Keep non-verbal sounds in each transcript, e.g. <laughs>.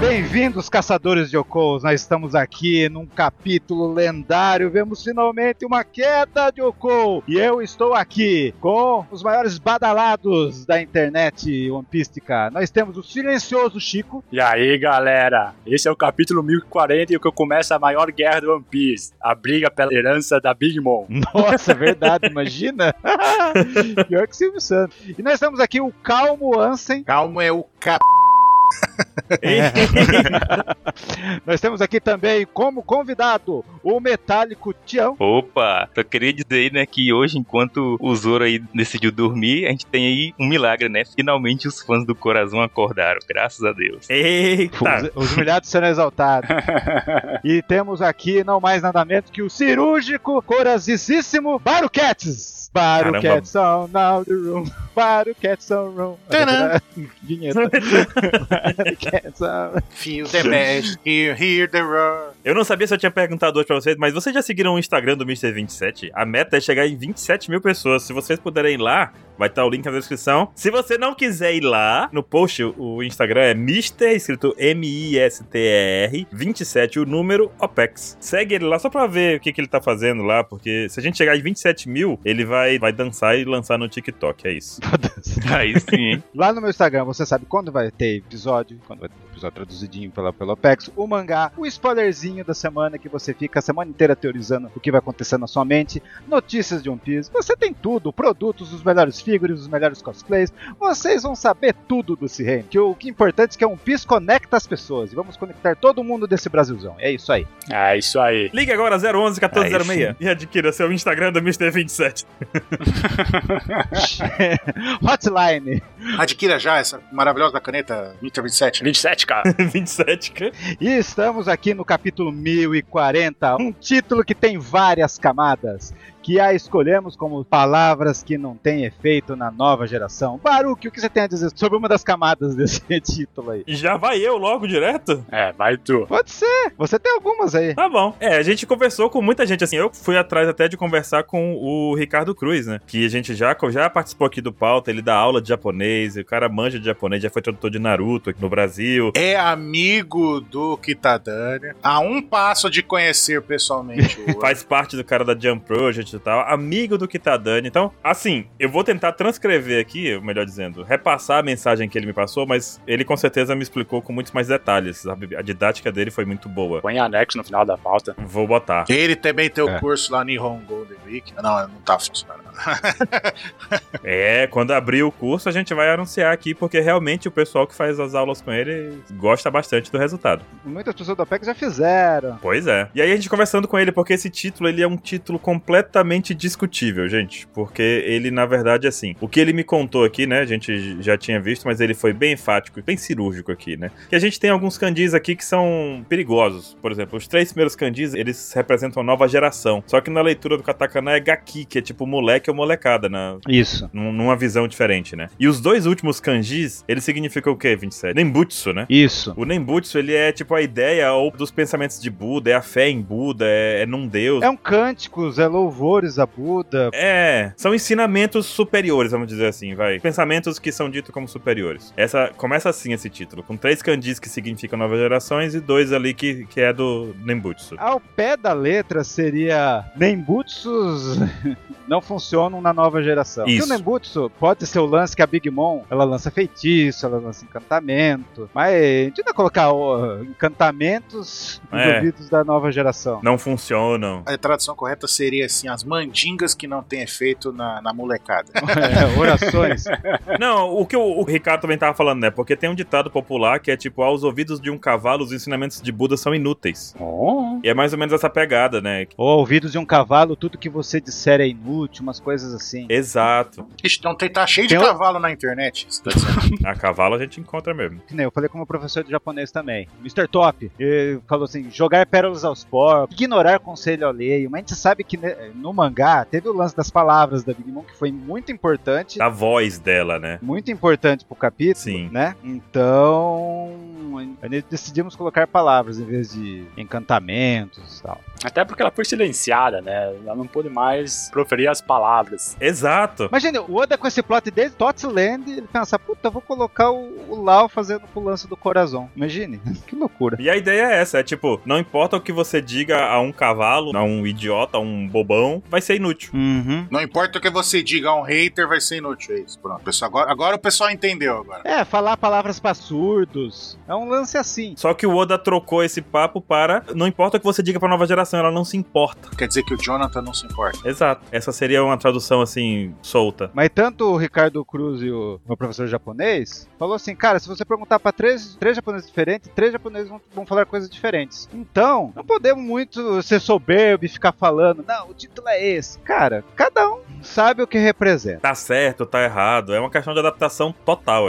Bem-vindos, caçadores de Okous! Nós estamos aqui num capítulo lendário. Vemos finalmente uma queda de Okou! E eu estou aqui com os maiores badalados da internet ompística. Nós temos o silencioso Chico. E aí, galera? Esse é o capítulo 1040 e o que começa a maior guerra do One Piece. A briga pela herança da Big Mom. <laughs> Nossa, é verdade, imagina! <laughs> Pior que Silvio Santos. E nós temos aqui o calmo Ansem. Calmo é o cap. <laughs> Nós temos aqui também como convidado o metálico Tião. Opa, só queria dizer, né, que hoje, enquanto o Zoro aí decidiu dormir, a gente tem aí um milagre, né? Finalmente os fãs do coração acordaram, graças a Deus. Os, Eita! os humilhados serão exaltados. E temos aqui, não mais nada menos que o cirúrgico, corazicíssimo Baruquetes. Baruquetes on now the room. Baruquetes on room. Tcharam! <laughs> Vinheta. Baruquetes on... Feel the best, hear, hear the roar. Eu não sabia se eu tinha perguntado hoje pra vocês, mas vocês já seguiram o Instagram do Mr. 27? A meta é chegar em 27 mil pessoas. Se vocês puderem ir lá, vai estar o link na descrição. Se você não quiser ir lá, no post o Instagram é Mr. escrito M-I-S-T-E-R 27, o número OPEX. Segue ele lá só pra ver o que, que ele tá fazendo lá, porque se a gente chegar em 27 mil, ele vai, vai dançar e lançar no TikTok, é isso. Aí sim, hein? Lá no meu Instagram você sabe quando vai ter episódio, quando vai ter episódio traduzidinho pela, pela Opex, o mangá, o spoilerzinho da semana que você fica a semana inteira teorizando o que vai acontecer na sua mente, notícias de One Piece, você tem tudo, produtos, os melhores figures, os melhores cosplays, vocês vão saber tudo desse reino. Que o que é importante é que One Piece conecta as pessoas e vamos conectar todo mundo desse Brasilzão. É isso aí. <laughs> É isso aí. Ligue agora 011 Aí 1406 e adquira seu Instagram do Mr. <laughs> 27. Hotline. Adquira já essa maravilhosa caneta Mr. 27. 27, cara. 27, cara. E estamos aqui no capítulo 1040, um título que tem várias camadas, que a escolhemos como palavras que não têm efeito na nova geração. Baruque, o que você tem a dizer sobre uma das camadas <laughs> desse título aí? Já vai eu logo direto? É, vai tu. Pode ser, você tem algumas aí. Tá bom. É, a gente conversou com muita gente, assim, eu fui atrás até de conversar com o Ricardo Cruz, né? Que a gente já, já participou aqui do pauta, ele dá aula de japonês, o cara manja de japonês, já foi tradutor de Naruto aqui no Brasil. É amigo do Kitadani. A um passo de conhecer pessoalmente o Faz parte do cara da Jump Project e tal, amigo do Kitadani. Então, assim, eu vou tentar transcrever aqui, ou melhor dizendo, repassar a mensagem que ele me passou, mas ele com certeza me explicou com muitos mais detalhes, sabe? A didática dele foi muito boa. Põe anexo no final da pauta. Vou botar. Ele também tem o É. curso lá no Nihon Golden Week. Não, não tá funcionando. É, quando abrir o curso a gente vai anunciar aqui, porque realmente o pessoal que faz as aulas com ele gosta bastante do resultado. Muitas pessoas da PEC já fizeram. Pois é. E aí a gente conversando com ele, porque esse título ele é um título completamente discutível, gente. Porque ele, na verdade, é assim, o que ele me contou aqui, né? A gente já tinha visto, mas ele foi bem enfático, bem cirúrgico aqui, né? Que a gente tem alguns candis aqui que são perigosos. Por exemplo, os três primeiros candis, eles representam a nova geração. Só que na leitura do katakana é gaki, que é tipo moleque ou molecada, né? na, Isso. num- numa visão diferente, né? E os dois últimos kanjis, eles significam o quê, 27? Nembutsu, né? Isso. O Nembutsu, ele é tipo a ideia ou dos pensamentos de Buda, é a fé em Buda, é, é num Deus. É um cânticos, é louvores a Buda. É, são ensinamentos superiores, vamos dizer assim, vai. Pensamentos que são ditos como superiores. Essa começa assim esse título, com três kanjis que significam novas gerações e dois ali que, que é do Nembutsu. Ao pé da letra seria Nembutsus <laughs> não funcionam na nova geração. Isso. Porque o Nembutsu pode ser o lance que a Big Mom, ela lança feitiço, ela lança encantamento, mas a gente não ia colocar ó, encantamentos nos É. ouvidos da nova <laughs> geração. <laughs> Não funcionam. A tradução correta seria assim: as mandingas que não tem efeito na, na molecada. É, <laughs> orações. Não, o que o, o Ricardo também tava falando, né? Porque tem um ditado popular que é tipo, aos ouvidos de um cavalo, os ensinamentos de Buda são inúteis. Oh. E é mais ou menos essa pegada, né? Ou ouvidos de um cavalo, tudo que você disser é inútil, umas coisas assim. Exato. Ixi, então tem, tá cheio de Tem um- cavalo na internet. isso tá dizendo. A cavalo a gente encontra mesmo. Que nem eu falei com o meu professor de japonês também. Mr. Top ele falou assim: jogar pérolas aos porcos, ignorar conselho alheio. Mas a gente sabe que né, no mangá teve o lance das palavras da Big Mom, que foi muito Tá. importante. Da voz dela, né? muito importante pro capítulo, Sim. né? Então, Aí decidimos colocar palavras em vez de encantamentos e tal. Até porque ela foi silenciada, né? Ela não pôde mais proferir as palavras. Exato. Imagina, o Oda com esse plot desde Totland, ele pensa, puta, vou colocar o, o Lau fazendo o lance do coração. Imagine, <laughs> que loucura. E a ideia é essa, é tipo, não importa o que você diga a um cavalo, a um idiota, a um bobão, vai ser inútil. Uhum. Não importa o que você diga a um hater, vai ser inútil. É isso, pronto. Pessoal, agora, agora o pessoal entendeu agora. É, falar palavras pra surdos. É um lance assim. Só que o Oda trocou esse papo para não importa o que você diga pra nova geração, ela não se importa. Quer dizer que o Jonathan não se importa. Exato. Essa seria uma tradução assim solta. Mas tanto o Ricardo Cruz e o meu professor japonês falou assim, cara, se você perguntar pra três, três japoneses diferentes, três japoneses vão, vão falar coisas diferentes. Então, não podemos muito ser soberbo e ficar falando, não, o título é esse. Cara, cada um sabe o que representa. Tá certo, tá errado. É uma questão de adaptação total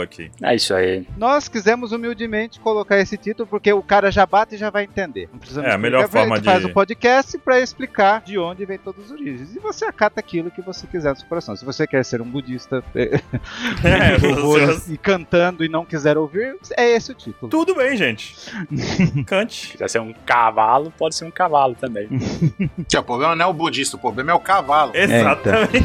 <laughs> aqui. É isso aí. Nós quisemos humildemente colocar esse título porque o cara já bate e já vai entender. Não precisamos É, a melhor explicar, forma a gente faz de- um podcast pra explicar de onde vem todas as origens. E você acata aquilo que você quiser no seu coração. Se você quer ser um budista <laughs> É, <laughs> horrores, você- e cantando e não quiser ouvir, é esse o título. Tudo bem, gente. Cante. Quiser ser um cavalo, pode ser um cavalo também. Que o problema não é o budista, o problema é o cavalo. Exatamente.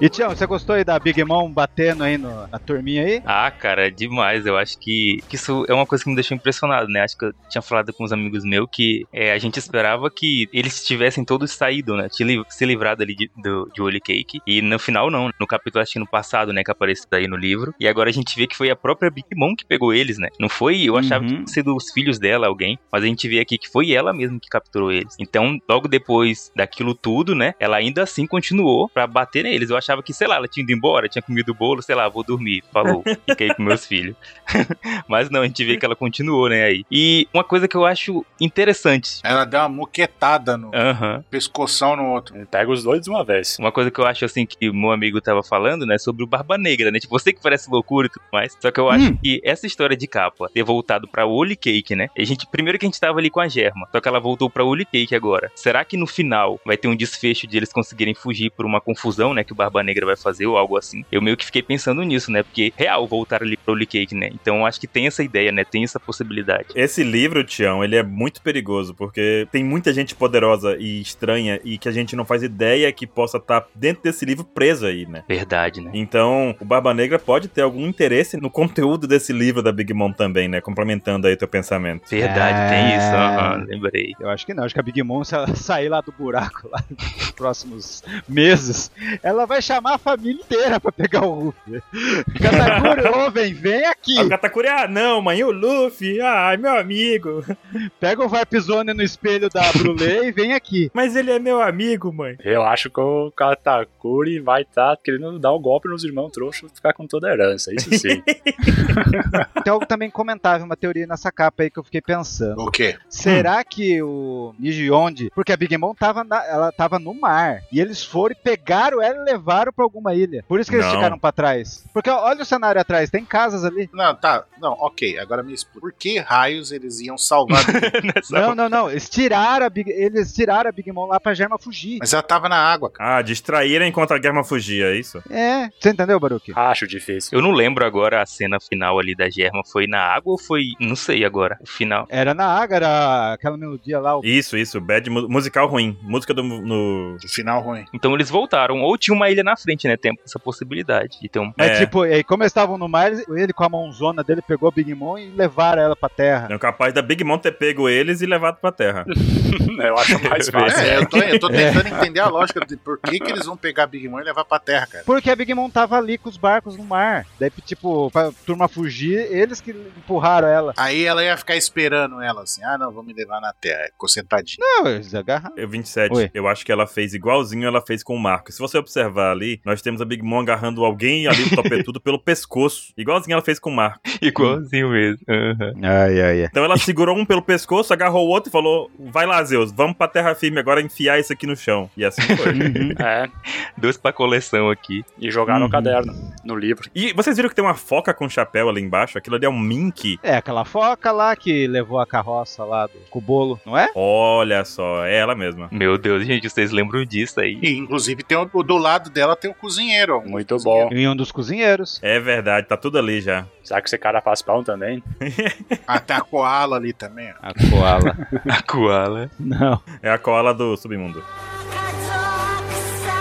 E Tião, você gostou aí da Big Mom batendo aí no- na turminha aí? Ah, cara, demais. Eu acho que, que isso é uma coisa que me deixou impressionado, né? Acho que eu tinha falado com uns amigos meus que é, a gente esperava que eles tivessem todos saído, né? Te li- Se livrado ali de, do, de Holy Cake. E no final, não. No capítulo, acho que no passado, né? Que apareceu aí no livro. E agora a gente vê que foi a própria Big Mom que pegou eles, né? Não foi, eu achava Uhum. que tinha sido os filhos dela, alguém. Mas a gente vê aqui que foi ela mesma que capturou eles. Então, logo depois daquilo tudo, né? Ela ainda assim continuou pra bater neles. Eu achava que, sei lá, ela tinha ido embora, tinha comido o bolo, sei lá, vou dormir. Falou, fiquei com meus filhos. <laughs> Mas não, a gente vê que ela continuou, né, aí. E uma coisa que eu acho interessante. Ela deu uma moquetada no Aham. pescoção no outro. Pega os dois de uma vez. Uma coisa que eu acho, assim, que o meu amigo tava falando, né, sobre o Barba Negra, né? Tipo, você que parece loucura e tudo mais. Só que eu acho que essa história de capa ter voltado pra Holy Cake, né? E a gente, primeiro que a gente tava ali com a Germa, só que ela voltou pra Holy Cake agora. Será que no final vai ter um desfecho de eles conseguirem fugir por uma confusão, né? Que o Barba Negra vai fazer ou algo assim? Eu meio que fiquei pensando nisso, né? Porque real voltar ali pra Holy Cake, né? Então eu acho que tem essa ideia, né? Tem essa possibilidade. Esse livro, Tião, ele é muito perigoso, porque tem muita gente poderosa e estranha e que a gente não faz ideia que possa estar dentro desse livro presa aí, né? Verdade, né? Então, o Barba Negra pode ter algum interesse no conteúdo desse livro da Big Mom também, né? Complementando aí teu pensamento. Verdade, É. tem isso. aham, lembrei. Eu acho que não, acho que a Big Mom, se ela <laughs> sair lá do buraco lá nos próximos meses, ela vai chamar a família inteira pra pegar o Luffy. <laughs> Katakuri, ô, vem, vem aqui! Ah, O Katakuri, ah, não, mãe, o Luffy, ah, meu amigo. <laughs> Pega o Varp Zone no espelho da Brulé e vem aqui. Mas ele é meu amigo, mãe. Eu acho que o Katakuri vai estar querendo dar o golpe nos irmãos trouxas e ficar com toda a herança. Isso sim. Tem algo Então, também comentável, uma teoria nessa capa aí que eu fiquei pensando. O quê? Será Hum. que o Niji Onde, porque a Big Mom tava, na- ela tava no mar, e eles foram e pegaram ela e levaram pra alguma ilha. Por isso que eles Não. ficaram pra trás. Porque ó, olha o cenário atrás, tem casas ali. Não, tá. Não, ok. Agora me explica. Por que raios eles iam salvar? Nessa Não, não, não. Eles tiraram a Big, eles tiraram a Big Mom lá pra Germa fugir. Mas ela tava na água, cara. Ah, distraíram enquanto a Germa fugia, é isso? É. Você entendeu, Baruki? acho difícil. Eu não lembro agora a cena final ali da Germa. Foi na água ou foi. Não sei agora. O final. Era na Ágara, aquela melodia lá. o- Isso, isso, bad mu- musical ruim. Música do mu- no... De final ruim. Então eles voltaram. Ou tinha uma ilha na frente, né? Tem essa possibilidade. Então. Mas, É. tipo, e aí, como eles estavam no mar, eles- ele com a mãozona dele pegou a Big Mom e levaram ela pra terra. É capaz da Big Mom ter pego eles e levado pra terra. Eu acho mais fácil. É, eu tô, eu tô tentando entender a lógica de por que, que eles vão pegar a Big Mom e levar pra terra, cara. Porque a Big Mom tava ali com os barcos no mar. Daí, tipo, pra turma fugir, eles que empurraram ela. Aí ela ia ficar esperando ela, assim, ah, não, vou me levar na terra, ficou sentadinha. Não, eles agarraram. Eu, 27, Oi. eu acho que ela fez fez igualzinho ela fez com o Marco. Se você observar ali, nós temos a Big Mom agarrando alguém ali do topetudo pelo pescoço. Igualzinho ela fez com o Marco. <laughs> Igualzinho mesmo. Aham. Ai, ai, ai. Então ela segurou um pelo pescoço, agarrou o outro e falou: Vai lá, Zeus, vamos pra terra firme agora enfiar isso aqui no chão. E assim foi. É, Dois pra coleção aqui. e jogar Uhum. no caderno, no livro. e vocês viram que tem uma foca com chapéu ali embaixo? Aquilo ali é um mink. É aquela foca lá que levou a carroça lá do Cubolo, não é? Olha só, é ela mesma. Meu Deus, gente, vocês lembram disso aí? <laughs> E, inclusive, tem o, o do lado dela tem o cozinheiro. ó. Muito bom. E um dos cozinheiros. É verdade, tá tudo ali já. Será que esse cara faz pão também? <laughs> Até a koala ali também. ó. A <laughs> koala. A koala. não. É a cola do submundo. 家族さ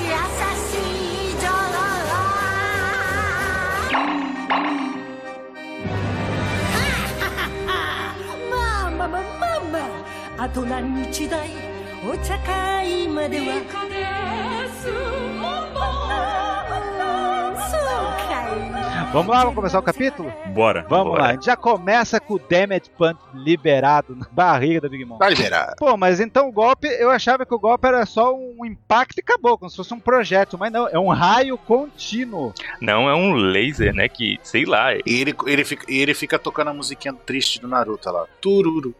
優しいドロロはまあまあまあまあまああと何日だいお茶会まではそうかい Vamos lá, vamos começar o capítulo? Bora. Vamos Bora. lá, a gente já começa com o Damage Punch liberado na barriga da Big Mom. Tá liberado. Pô, mas então o golpe, eu achava que o golpe era só um impacto e acabou, como se fosse um projétil, mas não, é um raio contínuo. Não é um laser, né? Que, sei lá, é- <laughs> E ele, ele, fica, e ele fica tocando a musiquinha triste do Naruto olha lá. Tururu.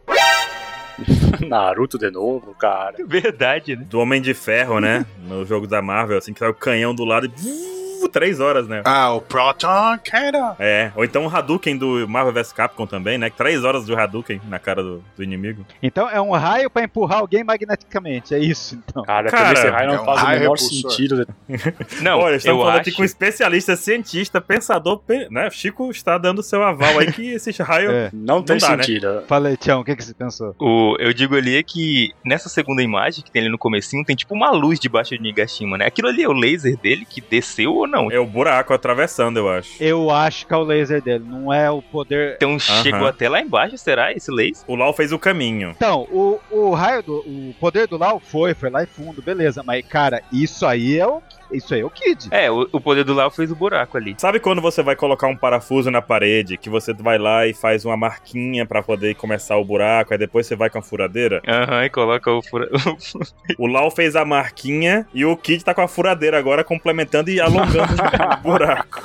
Naruto de novo, cara. é verdade, né? Do Homem de Ferro, né? No jogo da Marvel, assim, que sai o canhão do lado e. vuuu, Três horas, né? Ah, o Proton Cannon. É, ou então o Hadouken do Marvel vs Capcom também, né? Três horas de Hadouken na cara do, do inimigo. Então é um raio pra empurrar alguém magneticamente, é isso então. Cara, Cara, cara esse raio é um não faz o raio menor repulsor. sentido. de- É, Não, Olha, eu estamos falando acho... aqui com um especialista, cientista, pensador, pe- né? Chico está dando seu aval aí que <laughs> esse raio. É. Não tem dá, né? sentido. Falei, Tião, o que, que você pensou? O, eu digo ali é que nessa segunda imagem que tem ali no comecinho, tem tipo uma luz debaixo de Nigashima, né? Aquilo ali é o laser dele que desceu ou não? É o buraco atravessando, eu acho. Eu acho que é o laser dele, não é o poder. Então chegou até lá embaixo, será esse laser? O Lau fez o caminho. Então, o, o raio do. O poder do Lau foi, foi lá e fundo, beleza. Mas, cara, isso aí é o. Isso aí é o Kid. É, o, o poder do Lau fez o buraco ali. Sabe quando você vai colocar um parafuso na parede, que você vai lá e faz uma marquinha pra poder começar o buraco, aí depois você vai com a furadeira? Aham, e coloca o fura... <laughs> O Lau fez a marquinha e o Kid tá com a furadeira agora, complementando <laughs> e alongando o buraco.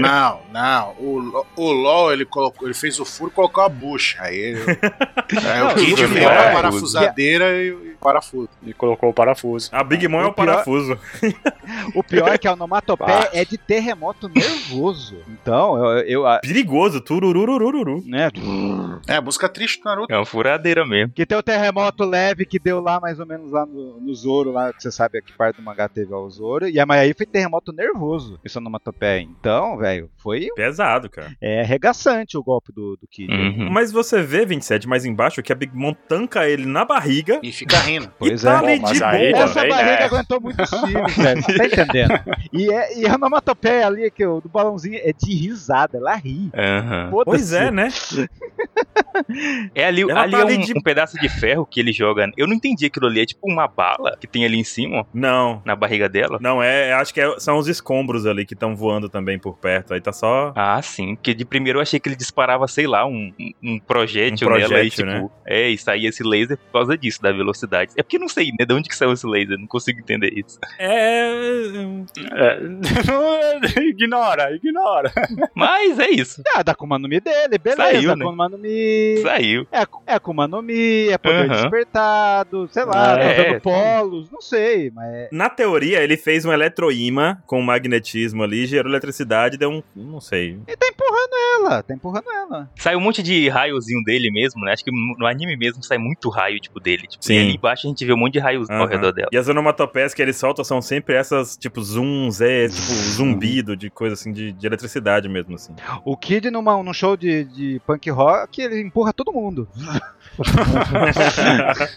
Não, não. O, Lo- o LOL, ele, colocou, ele fez o furo e colocou a bucha. <laughs> Aí ele... Aí Não, o Kid tudo foi bem. a É. parafusadeira e o e o parafuso. E colocou o <laughs> parafuso. A Big Mom é O o pior- parafuso. O pior é que a onomatopeia é de terremoto nervoso. Então, eu. eu a- Perigoso, turururururu. né? É, a música triste do Naruto. É uma furadeira mesmo. Que tem o terremoto leve que deu lá mais ou menos lá no, no Zoro, lá que você sabe que parte do mangá teve ao Zoro. E a Maia foi terremoto nervoso, isso onomatopeia. Então, velho, foi Pesado, cara. é, arregaçante o golpe do, do Kid. Uhum. Mas você vê, 27, mais embaixo, que a Big Mom tanca ele na barriga E fica rindo. Pois e tá é. ali Pô, mas de aí boa. Essa também, barriga né? aguentou muito <laughs> estilo, velho. Tá entendendo? E, é, e a onomatopeia ali, que o do balãozinho, é de risada. Ela ri. Aham. Foda-se. Pois é, né? É ali, Ela ali tá é ali um, de- um pedaço de ferro que ele joga. Eu não entendi aquilo ali. É tipo uma bala que tem ali em cima, ó, Não. na barriga dela. Não, é, acho que é- são os escombros ali que estão voando também por perto. Aí tá só Ah, sim. Porque de primeiro eu achei que ele disparava, sei lá, um, um- um projétil Um nela. E, projétil, tipo, né? É, e saía esse laser por causa disso, da velocidade. É porque eu não sei, né? De onde que saiu esse laser? Não consigo entender isso. É. É. ignora, ignora. Mas é isso. Ah, da Kuma no Mi dele, beleza. Saiu, né? da Kuma no Mi. Saiu. É, é Kuma no Mi, é poder Aham. despertado, sei lá, É, tá usando é. polos, não sei, mas é. Na teoria, ele fez um eletroímã com magnetismo ali, gerou eletricidade, deu um. Não sei. Ele tá empurrando ela, tá empurrando ela. Saiu um monte de raiozinho dele mesmo, né? Acho que no no anime mesmo sai muito raio, tipo, dele. Tipo, Sim. E ali embaixo a gente vê um monte de raios ao Aham. redor dela. E as onomatopeias que ele solta são sempre essas, tipo, zoom, zé, tipo, zumbido de coisa assim, de, de eletricidade mesmo, assim. <laughs> O Kid numa, num show de, de punk rock, ele empurra todo mundo.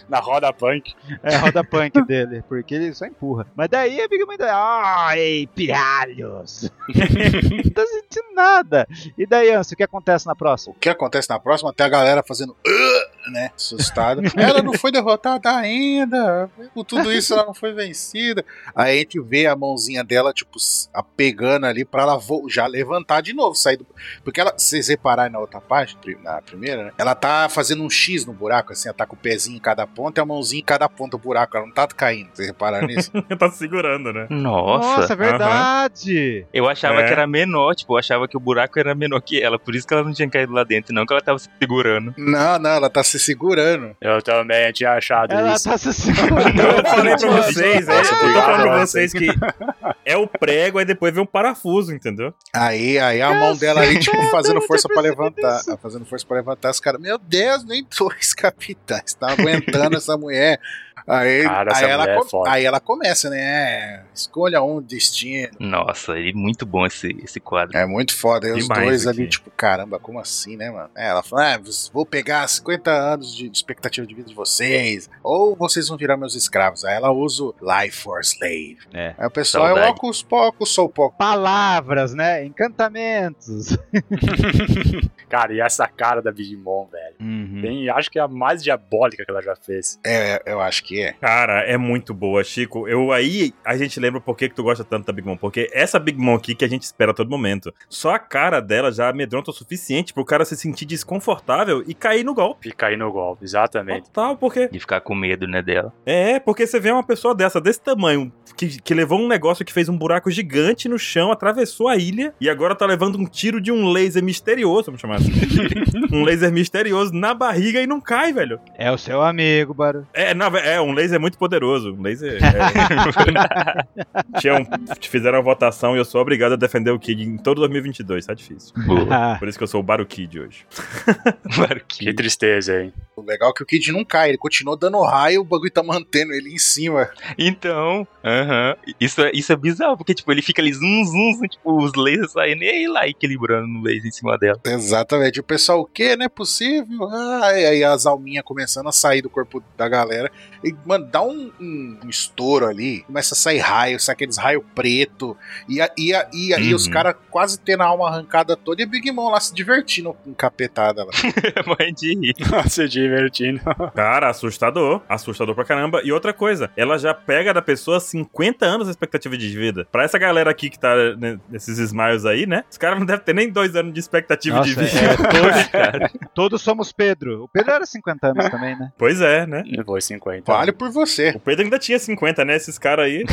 Na roda punk. É a roda punk dele, porque ele só empurra. Mas daí a Big Mom dá, ai, <laughs> pirralhos. não tá sentindo nada. E daí, Anso, o que acontece na próxima? O que acontece na próxima? Tem a galera fazendo. "Ugh", né? Assustada. ela não foi derrotada ainda. Com tudo isso, ela não foi vencida. Aí a gente vê a mãozinha dela, tipo, s- apegando ali pra ela vo- já levantar de novo, sair do. Porque ela, se vocês repararem na outra página, pri- na primeira, né? Ela tá fazendo um X no buraco, assim, ela tá com o pezinho em cada ponta e a mãozinha em cada ponta do buraco. Ela não tá caindo. Vocês repararam nisso? tá se segurando, né? Nossa. verdade! Eu achava É. que era menor, tipo, eu achava que o buraco era menor que ela, por isso que ela não tinha caído lá dentro, não que ela tava se segurando. não, não, ela tá se segurando. Eu também tinha achado Ela isso. tá se segurando. Eu falei pra vocês, é, eu Nossa, tô falando pra obrigado, vocês que é o prego, aí depois vem um parafuso, entendeu? Aí, aí a Eu mão dela ali, tipo, sei, eu fazendo não força tinha pra percebido levantar. ah, isso. Fazendo força pra levantar, os caras, meu Deus, nem dois <laughs> capitães, tá aguentando essa mulher. Aí, Cara, aí, essa ela, mulher é com- foda. aí ela começa, né? é, Escolha um destino. Nossa, e muito bom esse, esse quadro. É muito foda. Aí os Demais dois aqui. ali, tipo, caramba, como assim, né, mano? É, ela fala, ah, vou pegar 50 anos de expectativa de vida de vocês, ou vocês vão virar meus escravos. Aí ela usa o Life for Slave. É. Aí o pessoal é Saudade. Ocus Pocus, sou Pocus. <laughs> Palavras, né? Encantamentos. Cara, e essa cara da Digimon, velho? Uhum. Tem- acho que é a mais diabólica que ela já fez. É, eu acho que é. Cara, é muito boa, Chico. Eu aí a gente lembra por que, que tu gosta tanto da Big Mom. Porque essa Big Mom aqui que a gente espera a todo momento. Só a cara dela já amedronta o suficiente pro cara se sentir desconfortável e cair no golpe. Fica aí no golpe, exatamente. Total, porque. De ficar com medo, né, dela. É, porque você vê uma pessoa dessa, desse tamanho, que, que levou um negócio que fez um buraco gigante no chão, atravessou a ilha e agora tá levando um tiro de um laser misterioso, vamos chamar assim. um laser misterioso na barriga e não cai, velho. É o seu amigo, Baru. É, na ve- é, um laser muito poderoso. Um laser. é. Tinha um- te fizeram a votação e eu sou obrigado a defender o Kid em todo 2022, tá difícil. <laughs> Boa. Ah, Por isso que eu sou o Baru Kid hoje. Claro que- Que tristeza, hein? <laughs> O legal é que o Kid não cai, ele continua dando raio, o bagulho tá mantendo ele em cima. Então, aham. Isso, é- isso é bizarro, porque, tipo, ele fica ali zum, zum, zum, tipo, os lasers saindo e aí lá equilibrando no laser em cima dela. <laughs> Exatamente. O pessoal, o quê? Não é possível? Ah, e aí as alminhas começando a sair do corpo da galera. E, mano, dá um, um- um estouro ali, começa a sair raio, sai aqueles raio preto. E, a- e, a- e, a- e Uhum. os caras quase tendo a alma arrancada toda e a Big Mom lá se divertindo com capetada lá. É Morre de rir. Tá Se divertindo. Cara, assustador. Assustador pra caramba. E outra coisa, ela já pega da pessoa 50 anos de expectativa de vida. Pra essa galera aqui que tá né, nesses smiles aí, né? Os caras não devem ter nem dois anos de expectativa de nossa, é, vida. <laughs> todos, cara. Todos somos Pedro. O Pedro era 50 anos também, né? <laughs> Pois é, né? Foi 50. Vale por você. O Pedro ainda tinha 50, né? Esses caras aí.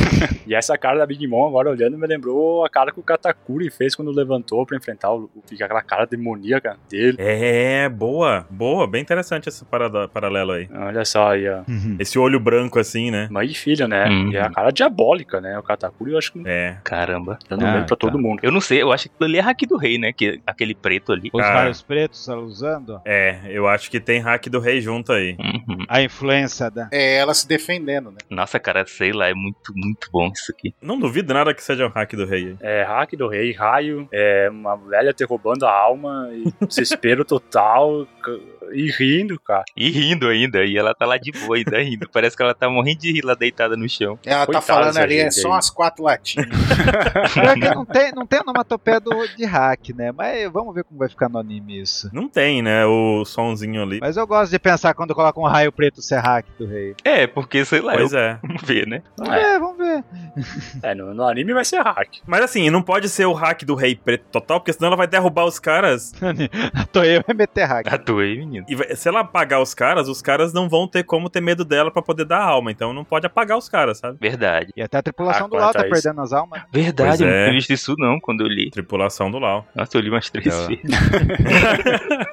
E essa cara da Big Mom, agora olhando, me lembrou a cara que o Katakuri fez quando levantou pra enfrentar o Luffy, que é aquela cara demoníaca dele. É, boa, boa. Bem interessante esse parada- paralelo aí. Olha só aí, ó. Esse olho branco assim, né? Mãe e filho, né? Uhum. E a cara diabólica, né? O Katakuri, eu acho que É. Caramba. dando Ah, medo pra tá. todo mundo. Eu não sei, eu acho que ele é hack do rei, né? Que, aquele preto ali. Os Cara. raios pretos ela usando. É, eu acho que tem hack do rei junto aí. Uhum. A influência da. É ela se defendendo, né? Nossa, cara, sei lá, é muito, muito bom isso aqui. Não duvido nada que seja um hack do rei. É, hack do rei, raio, é, uma velha te roubando a alma, e <laughs> desespero total, c- e rindo, cara. E rindo ainda, e ela tá lá de boa ainda rindo. <laughs> Parece que ela tá morrendo de rir lá deitada no chão. Ela Coitada tá falando dessa ali, é gente só aí. umas quatro latinhas. Pior <laughs> que não tem, não tem onomatopeia do, de hack, né? Mas vamos ver como vai ficar no anime isso. Não tem, né? O sonzinho ali. Mas eu gosto de pensar quando coloca um raio preto ser hack do rei. É, porque, sei lá, Pois é. vamos ver, né? Vamos É. ver, vamos ver. <laughs> É, no, no anime vai ser hack. Mas assim, não pode ser o hack do rei preto total, porque senão ela vai derrubar os caras. A Toei vai meter hack. Atuei, menino. E vai- se ela apagar os caras, os caras não vão ter como ter medo dela pra poder dar alma. Então não pode apagar os caras, sabe? Verdade. E até a tripulação Ah, do Lau tá quanto a isso. perdendo as almas. Verdade, Pois eu não é. tinha visto isso não quando eu li. Tripulação do Lau. Nossa, eu li umas três Não. <laughs> vezes.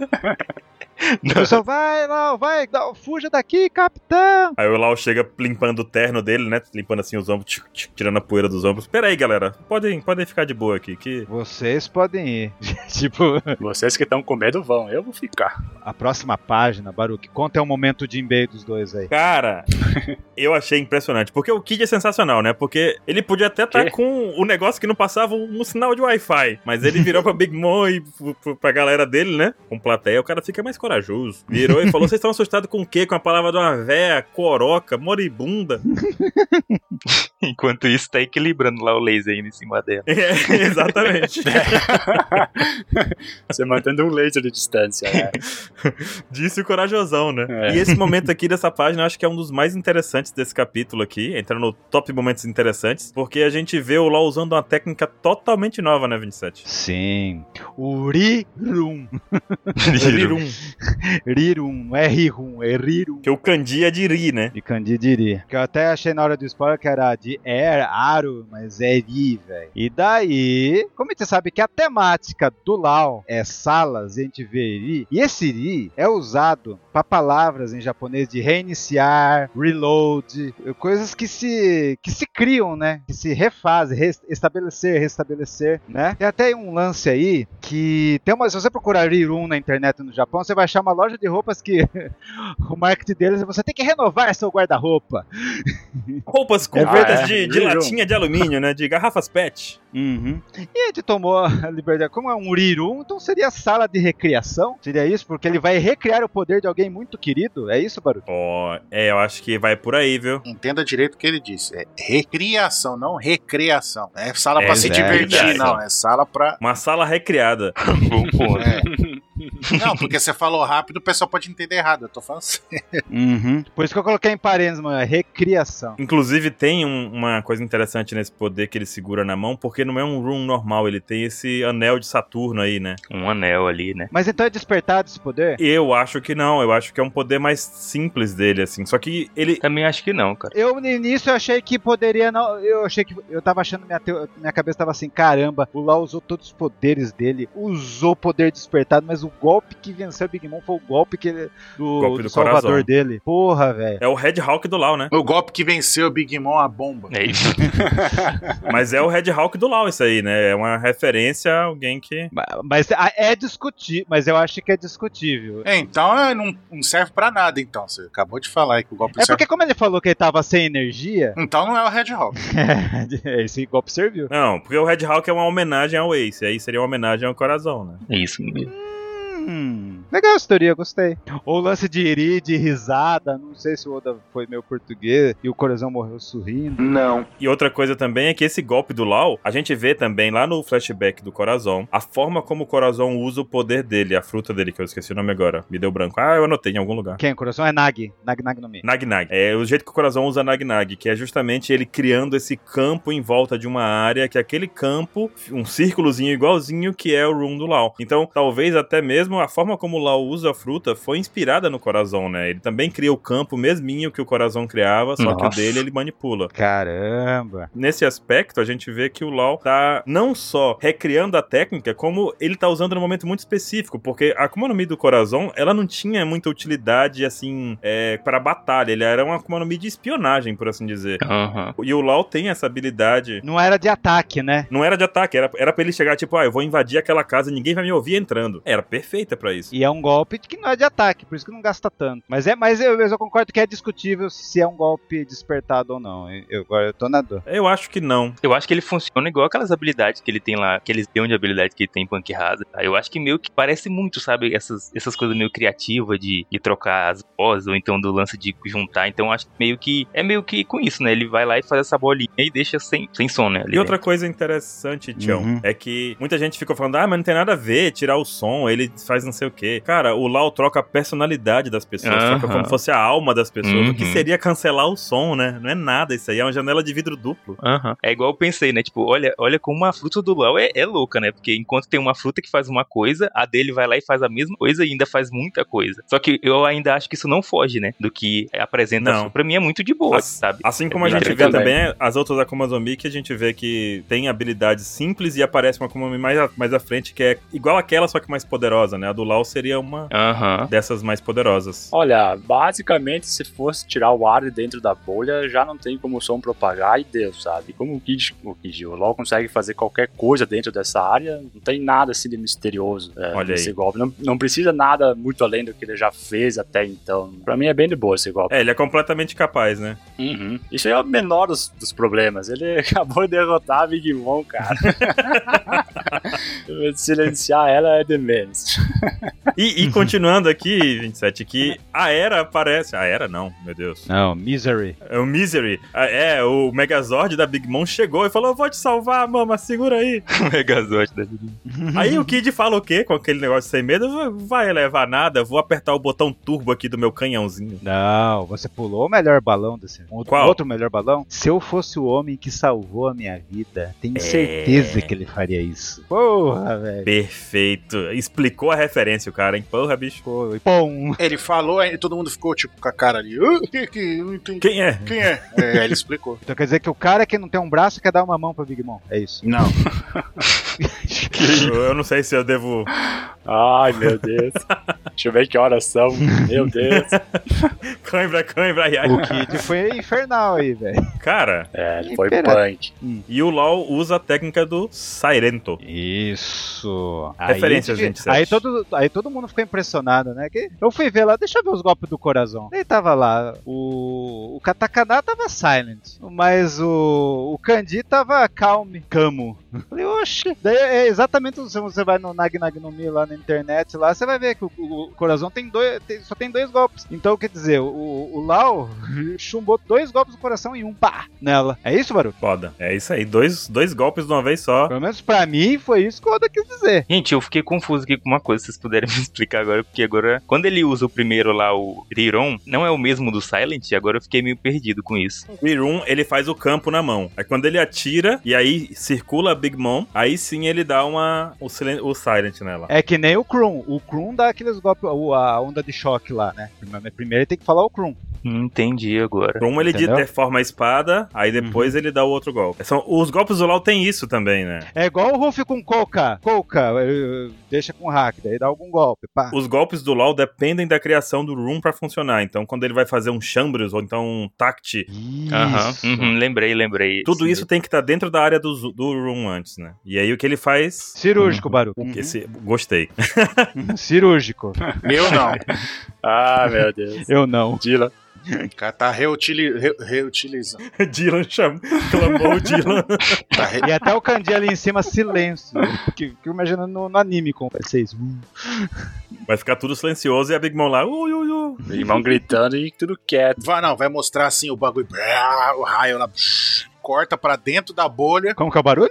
O pessoal, vai, Lau, vai, Lau, fuja daqui, capitão. Aí o Lau chega limpando o terno dele, né? Limpando assim os ombros, tchic, tchic, tirando a poeira dos ombros. Pera aí, galera. Podem, podem ficar de boa aqui, que Vocês podem ir. <laughs> tipo, Vocês que estão com medo vão, eu vou ficar. a próxima página, Baruque, conta é um momento de embei dos dois aí. Cara, eu achei impressionante. Porque o Kid é sensacional, né? Porque ele podia até estar Quê? com o negócio que não passava um, um sinal de Wi-Fi. Mas ele virou pra Big Mom e pro- pro- pra galera dele, né? Com plateia, o cara fica, mas corajoso. Virou e falou: Vocês estão assustados com o quê? Com a palavra de uma véia, coroca, moribunda. <laughs> Enquanto isso, tá equilibrando lá o laser ainda em cima dela. <laughs> É, exatamente. Você mantendo um laser de distância. né? Disse o corajosão, né? É. E esse momento aqui dessa página, eu acho que é um dos mais interessantes desse capítulo aqui. Entra no top momentos interessantes, porque a gente vê o LOL usando uma técnica totalmente nova, né, 27? Sim. O Rirum. Rirum. Rirum, não é Rirum, é Rirum. Que o Kandi é de <laughs> Ri, né? De Candidiri. Que eu até achei na hora do spoiler que era de Air, Aro, mas é Ri, velho. E daí, como a gente sabe que a temática do Lau é salas, e a gente vê Ri. E esse Ri é usado para palavras em japonês de reiniciar, reload, coisas que se, que se criam, né? Que se refazem, res- estabelecer, restabelecer, né? Tem até um lance aí que tem uma. Se você procurar Rirun na internet no Japão, você vai achar uma loja de roupas que o marketing deles é você tem que renovar seu guarda-roupa. Roupas É cobertas verdade. de, de Rirum. latinha de alumínio, né? De garrafas PET. Uhum. E a gente tomou a liberdade. Como é um Rirun, então seria sala de recriação? Seria isso? Porque ele vai recriar o poder de alguém muito querido? É isso, Baru? Ó, é, eu acho que vai por aí, viu? Entenda direito o que ele disse. É recriação, não recreação. É sala É pra se verdade. divertir, não. É sala pra. Uma sala recriada. Bom Um ponto. é. Não, porque você falou rápido, o pessoal pode entender errado. Eu tô falando sério. Uhum. Por isso que eu coloquei em parênteses, mano. é Recriação. Inclusive, tem um- uma coisa interessante nesse poder que ele segura na mão, porque não é um Room normal, ele tem esse anel de Saturno aí, né? Um anel ali, né? Mas então é despertado esse poder? Eu acho que não, eu acho que é um poder mais simples dele, assim. Só que ele. Também acho que não, cara. Eu no início eu achei que poderia não, eu achei que eu tava achando minha teo- minha cabeça tava assim, caramba, o Lau usou todos os poderes dele, usou o poder despertado, mas o golpe que venceu o Big Mom foi o golpe que ele- do, Golpe do do salvador coração. dele. Porra, velho. É o Red Hawk do Lau, né? O golpe que venceu o Big Mom a bomba. É isso. Mas é o Red Hawk do Lau, isso aí, né? É uma referência a alguém que. Ma- Mas a- é discutível, mas eu acho que é discutível. É, então é, não, não serve pra nada, então. Você acabou de falar aí que o golpe É serve. porque como ele falou que ele tava sem energia, <laughs> Então não é o Red Hawk. esse golpe serviu. Não, porque o Red Hawk é uma homenagem ao Ace, aí seria uma homenagem ao coração, né? É isso mesmo. Hum, legal essa teoria, gostei. Ou o lance de iri, de risada, não sei se o Oda foi meio português e o coração morreu sorrindo. E outra coisa também é que esse golpe do Lau, a gente vê também lá no flashback do Corazon, a forma como o Corazon usa o poder dele, a fruta dele, que eu esqueci o nome agora. Me deu branco. Ah, eu anotei em algum lugar. Quem? O coração é Nag. Nag Nag no Mi. Nag Nag. É o jeito que o Corazon usa Nag Nag, que é justamente ele criando esse campo em volta de uma área, que é aquele campo, um círculozinho igualzinho que é o Room do Lau. Então, talvez até mesmo a forma como o Lau usa a fruta foi inspirada no Corazon, né? Ele também cria o campo mesminho que o Corazon criava, só que o Nossa. dele ele manipula. Caramba! Nesse aspecto, a gente vê que o Lau tá não só recriando a técnica, como ele tá usando num momento muito específico, porque a Akuma no Mi do Corazon, ela não tinha muita utilidade, assim, é, para batalha. Ele era uma Akuma no Mi de espionagem, por assim dizer. Aham. E o Lau tem essa habilidade. Não era de ataque, né? Não era de ataque, era, era pra ele chegar tipo, ah, eu vou invadir aquela casa e ninguém vai me ouvir entrando. Era perfeita pra isso. E é um golpe que não é de ataque, por isso que não gasta tanto. Mas é, mas eu, mas eu concordo que é discutível se é um golpe despertado ou não. Eu, agora eu tô na dor. Eu acho que não. Eu acho que ele funciona igual aquelas habilidades que ele tem lá, aqueles leão de habilidade que ele tem em Punk Hazard. tá? Eu acho que meio que parece muito, sabe? Essas, essas coisas meio criativas de, de trocar as vozes, ou então do lance de juntar. Então acho que meio que. É meio que com isso, né? Ele vai lá e faz essa bolinha e deixa sem, sem som, né? ali E outra coisa interessante, Tião, Uhum. é que muita gente ficou falando, ah, mas não tem nada a ver, tirar o som, ele faz não sei o quê. Cara, o Lau troca a personalidade das pessoas, troca Aham. como fosse a alma das pessoas. O que Uhum. seria cancelar o som, né? Não é nada isso aí, é uma janela de vidro duplo. Aham. É igual eu pensei, né? Tipo, olha, olha como a fruta do Lau é, é louca, né? Porque enquanto tem uma fruta que faz uma coisa, a dele vai lá e faz a mesma coisa e ainda faz muita coisa. Só que eu ainda acho que isso não foge, né? Do que apresenta. Não. Não. Pra mim é muito de boa, As- sabe? Assim como a É gente vê verdade. também as outras Akuma no Mi, que a gente vê que tem habilidades simples e aparece uma Akuma no Mi mais, a- mais à frente, que é igual aquela, só que mais poderosa, né? A do Lau seria uma Aham. dessas mais poderosas. Olha, basicamente, se fosse tirar o ar de dentro da bolha, já não tem como o som propagar e Deus sabe. Como o Kid, o Kid o LOL consegue fazer qualquer coisa dentro dessa área, não tem nada assim de misterioso é, Olha nesse aí. golpe. Não, não precisa nada muito além do que ele já fez até então. Pra mim é bem de boa esse golpe. É, ele é completamente capaz, né? Uhum. Isso aí é o menor dos, dos problemas. Ele <laughs> acabou de derrotar a Big Mom, <laughs> cara. Silenciar ela é de menos. E, e continuando aqui, 27, que a Era aparece. A Era não, meu Deus. Não, Misery. É o Misery. Ah, É, o Megazord da Big Mom chegou e falou: Eu vou te salvar, mama, segura aí. Megazord da vida. Aí o Kid fala o quê com aquele negócio sem medo? Vai levar nada, vou apertar o botão turbo aqui do meu canhãozinho. Não, você pulou o melhor balão desse mundo. Qual? Outro melhor balão? Se eu fosse o homem que salvou a minha vida, tenho certeza que ele faria isso. Porra, velho. Perfeito. Explicou a referência, o cara, hein? Porra, bicho. Pô, e Pum. Ele falou, aí todo mundo ficou tipo com a cara ali. "Ah, que, que, eu não entendi. Quem é? Quem é? É, ele explicou. Então quer dizer que o cara que não tem um braço quer dar uma mão pra Big Mom. É isso. Não. Eu, eu não sei se eu devo. <laughs> Ai, meu Deus. Deixa eu ver que horas são. Meu Deus. Cãibra, cãibra, ai, ai. O Kid foi infernal aí, velho. Cara, É, ele foi Pera. punk. e o LOL usa a técnica do Sirento. Isso. Referências, aí, 27. Aí todo, aí todo mundo ficou impressionado, né? Que eu fui ver lá, deixa eu ver os golpes do coração. Daí tava lá, o, o Katakana tava silent, mas o, o Kandi tava calm, camo. Falei, oxe. Daí é exatamente, o- se você vai no Nag Nag no Mi lá na internet, lá, você vai ver que o, o, coração tem dois, tem- só tem dois golpes. Então, quer dizer, o, o Lau <laughs> chumbou dois golpes do coração em um pá nela. É isso, Baru? Foda. É isso aí. Dois, dois golpes de uma vez só. Pelo menos pra mim foi isso que o Oda quis dizer. Gente, eu fiquei confuso aqui com uma coisa, se vocês puderem <laughs> me explicar agora, porque agora, quando ele usa o primeiro lá, o Riron, não é o mesmo do Silent, agora eu fiquei meio perdido com isso. O Irun, um, ele faz o campo na mão. Aí quando ele atira e aí circula a Big Mom, aí sim ele dá uma o, silen- o Silent nela. É que nem o Krum. O Krum dá aqueles golpes, o- a onda de choque lá, né? Primeiro- Primeiro ele tem que falar o Krum. Não entendi agora. Um ele Entendeu? dita é forma espada, aí depois ele dá o outro golpe. São, os golpes do LoL tem isso também, né? É igual o Ruff com Coca. Coca, eh, deixa com hack, daí dá algum golpe, pá. Os golpes do LoL dependem da criação do Room pra funcionar. Então quando ele vai fazer um Chambres ou então um Tact, Aham, uhum, lembrei, lembrei. tudo Sim. isso tem que estar dentro da área do, zo- do Room antes, né? E aí o que ele faz... Cirúrgico, Baruco. Esse, gostei. <laughs> Cirúrgico. Meu não. Ah, meu <laughs> Deus. Eu não. Dila. O cara tá reutili re- reutilizando. Dylan chama, clamou o Dylan. Tá re- E até o Kandi ali em cima, silêncio. Que, que eu imagino no, no anime como vai ser isso. Hum. Vai ficar tudo silencioso e a Big Mom lá... Ui, ui, ui. Irmão gritando e tudo <laughs> quieto. Vai não, vai mostrar assim o bagulho. Brá, O raio lá. Corta pra dentro da bolha. Como que é o barulho?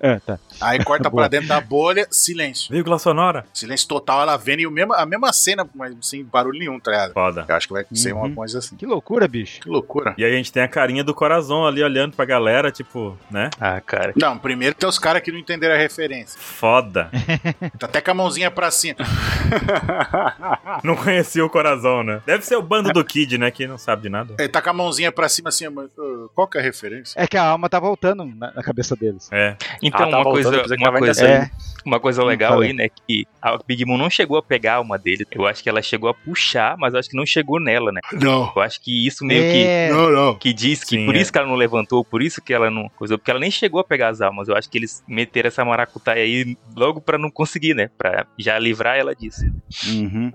É, tá. <laughs> Aí corta Boa. pra dentro da bolha, silêncio. Vírgula sonora. Silêncio total, ela vendo e o mesmo, a mesma cena, mas sem barulho nenhum, tá ligado? Foda. Eu acho que vai ser uma Uhum. coisa assim. Que loucura, bicho. Que loucura. E aí a gente tem a carinha do coração ali olhando pra galera, tipo, né? Ah, cara. Não, primeiro tem os caras que não entenderam <laughs> a referência. Foda. Tá até com a mãozinha pra cima. Ah, Não conhecia o coração, né? Deve ser o bando do Kid, né? Que não sabe de nada. Ele tá com a mãozinha pra cima assim, mas ô, qual que é a referência? É que a alma tá voltando na, na cabeça deles. É. Então, Ah, tá uma, voltando, coisa, pensei que uma, tava ainda coisa, Sim. É, uma coisa legal falei. aí, né, que a Big Mom não chegou a pegar uma dele. Eu acho que ela chegou a puxar, mas eu acho que não chegou nela, né? Não. Eu acho que isso meio que... É. Não, não. que diz que Sim, por é. isso que ela não levantou, por isso que ela não coisou, porque ela nem chegou a pegar as almas. Eu acho que eles meteram essa maracutaia aí logo pra não conseguir, né? Pra já livrar ela disso.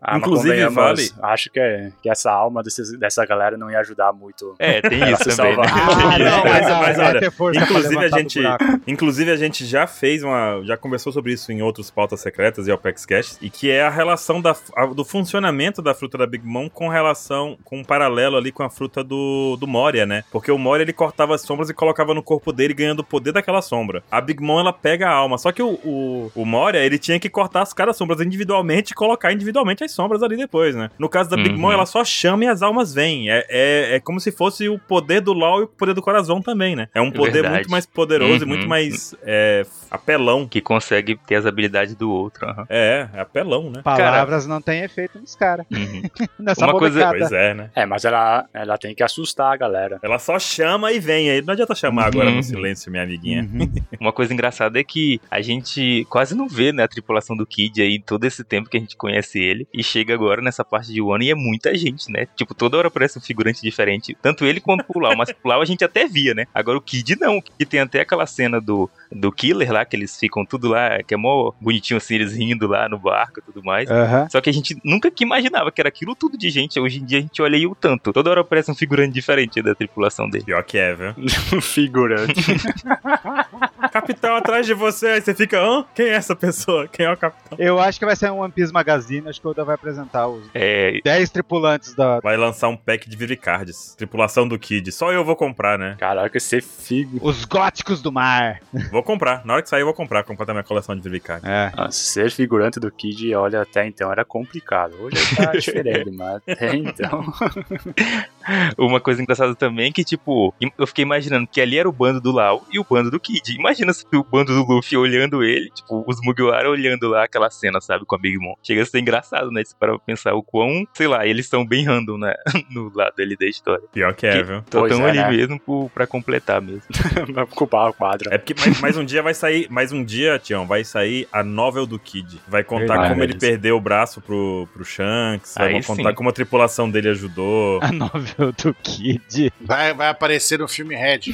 Ah, mas Inclusive, convenhamos, vale- Acho que, é- que essa alma desses- dessa galera não ia ajudar muito. É, <laughs> tem Ela isso se também, né? salvar. Ah, não, <laughs> Mas- mas, mas vai olha, ter força pra inclusive a levantar do gente- buraco. <laughs> Inclusive, a gente já fez uma. Já conversou sobre isso em outros pautas secretas e Opex Cash, e que é a relação da, a- do funcionamento da fruta da Big Mom com relação. com um paralelo ali com a fruta do, do Moria, né? Porque o Moria ele cortava as sombras e colocava no corpo dele, ganhando o poder daquela sombra. A Big Mom ela pega a alma. Só que o, o, o Moria ele tinha que cortar as caras sombras individualmente e colocar individualmente as sombras ali depois, né? No caso da Big Uhum. Mom, ela só chama e as almas vêm. É, é, é como se fosse o poder do LOL e o poder do coração também, né? É um poder Verdade. muito mais poderoso e Uhum. muito mais é, apelão. Que consegue ter as habilidades do outro. aham. É, é apelão, né? Palavras não têm efeito nos caras. Uhum. <laughs> Nessa Uma coisa- molecada. Pois é, né? <laughs> É, mas ela, ela tem que assustar a galera. Ela só chama e vem aí. Não adianta chamar agora Uhum. no silêncio, minha amiguinha. Uhum. Uma coisa engraçada é que a gente quase não vê, né, a tripulação do Kid aí todo esse tempo que a gente conhece ele. E chega agora nessa parte de Wano e é muita gente, né? Tipo, toda hora aparece um figurante diferente. Tanto ele quanto o Lau. Mas o Lau a gente até via, né? Agora o Kid não. O Kid tem até aquela cena do, do Killer lá, que eles ficam tudo lá, que é mó bonitinho assim, eles rindo lá no barco e tudo mais. Aham. Só que a gente nunca que imaginava que era aquilo tudo de gente. Hoje em dia a gente olha aí o tanto. Toda hora é, aparece um figurante diferente da tripulação dele. Pior que é, viu? Figurante. <laughs> Capitão atrás de você, aí você fica, hã? Quem é essa pessoa? Quem é o capitão? Eu acho que vai ser um One Piece Magazine, acho que o Oda vai apresentar os É, 10 tripulantes da. Vai lançar um pack de Viricards. Tripulação do Kid. Só eu vou comprar, né? Caraca, ser figo. Os góticos do mar. Vou comprar. Na hora que sair, eu vou comprar. Completar minha coleção de Viricards. É. Ah, ser figurante do Kid, olha, até então era complicado. Hoje <laughs> tá diferente, mas até então. <laughs> uma coisa engraçada também que, tipo, im- eu fiquei imaginando que ali era o bando do Lau e o bando do Kid. Imagina se o bando do Luffy olhando ele, tipo, os Mugiwara olhando lá aquela cena, sabe, com a Big Mom. Chega a ser engraçado, né? Se parar pra pensar o quão, sei lá, eles são bem random, né? <laughs> No lado ali da história. Pior que é, Que- viu? Então Pois tão é, ali né? mesmo pro- pra completar mesmo. Vai ocupar o quadro. É porque mais, mais um dia vai sair, mais um dia, Tião, vai sair a novel do Kid. Vai contar Verdade. como ele perdeu o braço pro, pro Shanks, vai Aí contar sim. como a tripulação dele <laughs> ajudou. A novela do Kid. Vai, vai aparecer no filme Red.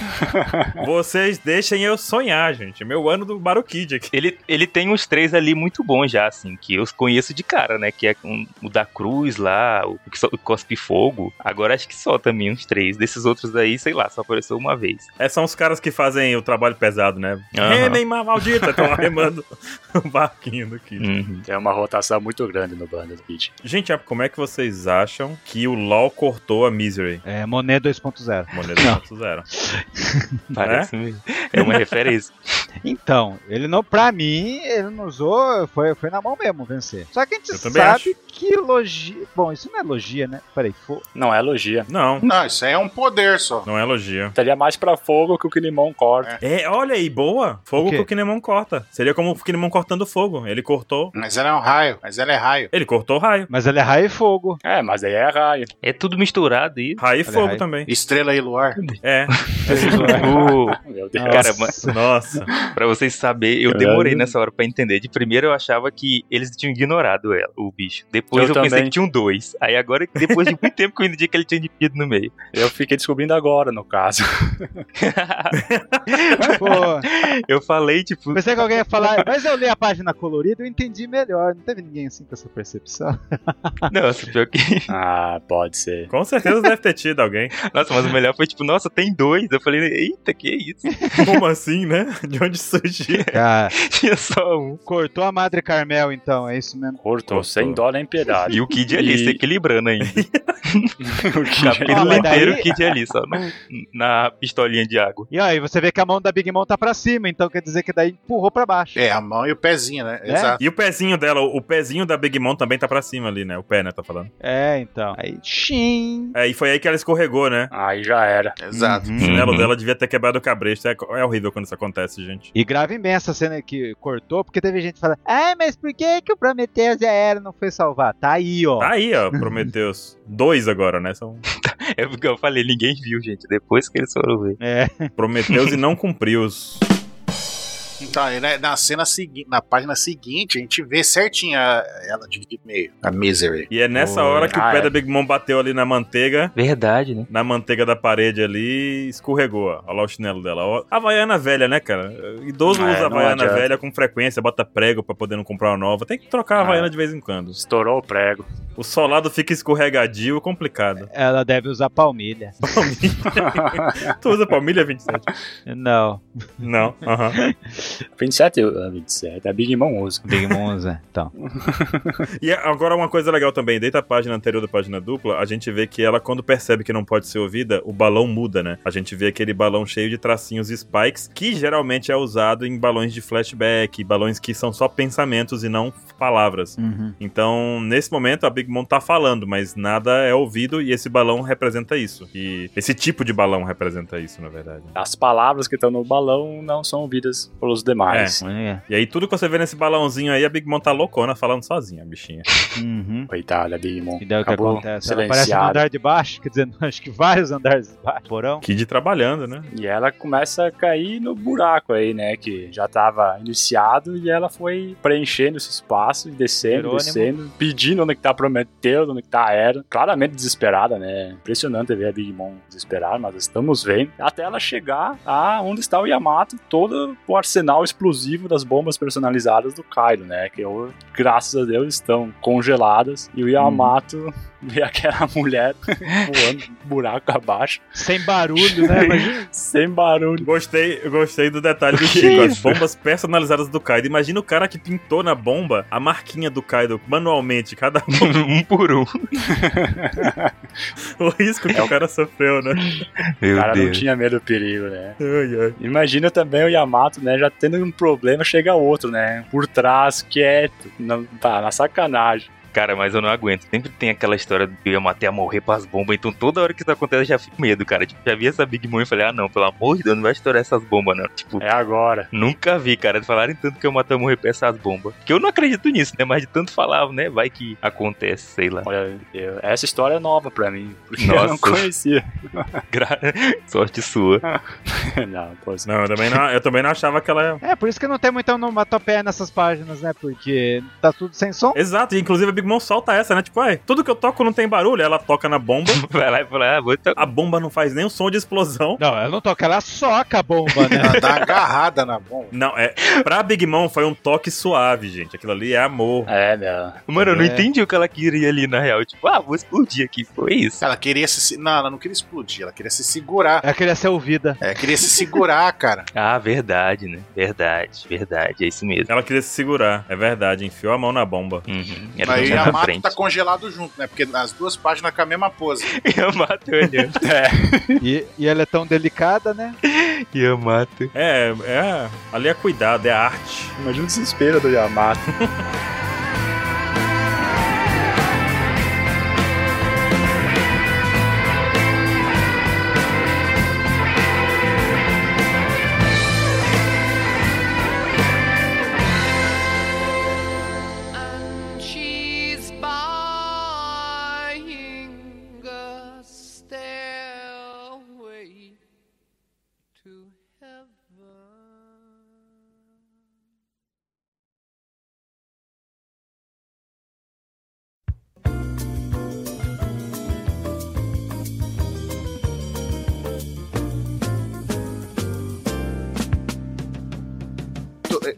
Vocês deixem eu sonhar, gente. É Meu ano do Baru Kid aqui. Ele, ele tem uns três ali muito bons já, assim, que eu conheço de cara, né? Que é um- o da Cruz lá, o, que só- o Cospe Fogo. Agora acho que só também uns três. Desses outros aí, sei lá, só apareceu uma vez. É, são os caras que fazem o trabalho pesado, né? Aham. Remem, ma- maldita! Estão remando <laughs> o barquinho do Kid. Uhum. Tem uma rotação muito grande no bando do Kid. Gente, como é que vocês acham que o LoL cortou a Misery? É, Monet 2.0. Moneda Não. 2.0. Parece mesmo. É uma referência. Então, ele não, pra mim, ele não usou, foi, foi na mão mesmo vencer. Só que a gente Eu também sabe que logia. Bom, isso não é logia, né? Peraí, fo... Não é elogia. Não, Não, isso aí é um poder só. não é elogio. Estaria mais pra fogo que o que limão corta. É, olha aí, boa. Fogo O quê? que o Kinemon corta. Seria como o Kinemon cortando fogo. Ele cortou. Mas ela é um raio. Mas ela é raio. Ele cortou raio. Mas ele é raio e fogo. É, mas aí é raio. É tudo <laughs> misturado aí. Raio e Olha, fogo raio. também. Estrela e luar. É. O- Meu Deus. Cara, mas- Nossa. pra vocês saberem, eu Caralho. demorei nessa hora pra entender. De primeiro eu achava que eles tinham ignorado ela, o bicho. Depois eu, Eu pensei também. que tinham dois. Aí agora, depois de muito tempo que eu entendi que ele tinha dividido no meio. Eu fiquei descobrindo agora, no <laughs> caso. Pô, Eu falei, tipo, pensei que alguém ia falar, mas eu li a página colorida e eu entendi melhor. Não teve ninguém assim com essa percepção. <laughs> nossa, pior que. <laughs> Ah, pode ser. Com certeza deve ter tido alguém. Nossa, mas o melhor foi tipo, nossa, tem dois. Eu falei, eita, que isso? Como assim, né? De onde surgiu? Cara, <laughs> Tinha só um. cortou a Madre Carmel, então, é isso mesmo. Cortou, Cortou. sem dó nem piedade. E o Kid ali, E- se equilibrando ainda. <laughs> o Kid Ah, Capítulo mas daí- inteiro, o Kid ali, só no- na pistolinha de água. E aí, você vê que a mão da Big Mom tá pra cima, então quer dizer que daí empurrou pra baixo. É, a mão e o pezinho, né? É? Exato. E o pezinho dela, o pezinho da Big Mom também tá pra cima ali, né? O pé, né? Tá falando. É, então. Aí, tchim. É, e foi aí que ela escorregou, né? Aí já era. Exato. O chinelo Uhum. dela devia ter quebrado o cabresto. É, é horrível quando isso acontece, gente. E grave imensa a cena que cortou, porque teve gente falando, ah, mas por que, que o Prometheus já era não foi salvar? Tá aí, ó. Tá aí, ó, Prometheus. Dois agora, né? São <laughs> É porque eu falei, ninguém viu, gente. Depois que eles foram ver. É. Prometeus e não cumpriu-os. Então, e na- na cena seguinte, na página seguinte, a gente vê certinho a- ela dividida no meio. A Misery. E é nessa Oi. hora que Ah, o pé é. da Big Mom bateu ali na manteiga. Verdade, né? Na manteiga da parede ali, escorregou. ó. Olha lá o chinelo dela. Ó, Havaiana velha, né, cara? Idoso É, usa não Havaiana adianta. velha com frequência, bota prego pra poder não comprar uma nova. Tem que trocar a Ah. Havaiana de vez em quando. Estourou o prego. O solado fica escorregadio, complicado. <laughs> Ela deve usar palmilha. <laughs> Palmilha. tu usa palmilha 27? Não. Não. Aham. 27, eu- ah, 27. A Big Mom usa. Big Mom usa, então. E é, agora uma coisa legal também, desde a página anterior da página dupla, a gente vê que ela, quando percebe que não pode ser ouvida, o balão muda, né? A gente vê aquele balão cheio de tracinhos e spikes, que geralmente é usado em balões de flashback, balões que são só pensamentos e não palavras. Uhum. Então, nesse momento, a Big Mom tá falando, mas nada é ouvido e esse balão representa isso. E esse tipo de balão representa isso, na verdade. As palavras que estão no balão não são ouvidas pelos demais. É. É. E aí, tudo que você vê nesse balãozinho aí, a Big Mom tá loucona falando sozinha, a bichinha. Uhum. Coitada, Big Mom. E daí o que Acabou acontece? Ela aparece no silenciada. andar de baixo, quer dizer, <laughs> acho que vários andares de baixo. Porão. Kid trabalhando, né? E ela começa a cair no buraco aí, né? Que já tava iniciado e ela foi preenchendo esse espaço, e descendo, Jerônimo. descendo, pedindo onde que tá Prometeu, onde que tá Hera. Claramente desesperada, né? Impressionante ver a Big Mom desesperada, mas estamos vendo. Até ela chegar a onde está o Yamato, todo o sinal explosivo das bombas personalizadas do Kylo, né? Que eu, graças a Deus estão congeladas e o Yamato <laughs> vê aquela mulher <laughs> voando buraco abaixo, Sem barulho, <laughs> <laughs> né? Imagina. sem barulho. Gostei, eu gostei do detalhe do Chico, as bombas personalizadas do Kaido. Imagina o cara que pintou na bomba a marquinha do Kaido manualmente, cada <laughs> <laughs> um por um. o risco que o cara sofreu, né? O Meu cara não Deus. tinha medo do perigo, né? Ai, ai. Imagina também o Yamato, né? Já tendo um problema, chega outro, né? Por trás, quieto. Não, tá, na sacanagem. Cara, mas eu não aguento. Sempre tem aquela história do Yamato ia morrer pras bombas, então toda hora que isso acontece eu já fico com medo, cara. Tipo, já vi essa Big Mom e falei, ah não, pelo amor de Deus, não vai estourar essas bombas, não. Tipo, É agora. Nunca vi, cara. Falarem tanto que eu mato morrer pra essas bombas. Que eu não acredito nisso, né? Mas de tanto falavam, né? Vai que acontece, sei lá. Olha, eu- essa história é nova pra mim, porque eu não Nossa. conhecia. Gra- Sorte sua. não, pô, isso- Não, eu também não, eu também não achava que ela. É, por isso que não tem muita onomatopeia nessas páginas, né? Porque tá tudo sem som. Exato, e inclusive a Big Mom solta essa, né? Tipo, ai, tudo que eu toco não tem barulho. Ela toca na bomba, Vai lá e fala, ah, vou to- a bomba não faz nenhum som de explosão. Não, ela não toca, ela soca a bomba, né? <laughs> Ela dá uma agarrada na bomba. Não, é. Pra Big Mom foi um toque suave, gente. Aquilo ali é amor. É, meu. Mano, eu não É. entendi o que ela queria ali na real. Tipo, ah, vou explodir aqui. Foi isso. Ela queria se. Não, ela não queria explodir, ela queria se segurar. Ela queria ser ouvida. Ela queria se segurar, cara. Ah, verdade, né? Verdade, verdade. É isso mesmo. Ela queria se segurar, é verdade, enfiou a mão na bomba. Uhum. Aí já a na Mato frente. tá congelado junto, né? Porque as duas páginas com a mesma pose. <laughs> Yamato <laughs> olhando. E, e ela é tão delicada, né? Yamato. É, é. Ali é cuidado, é arte. Imagina o desespero do Yamato. and she's buying a stairway to heaven.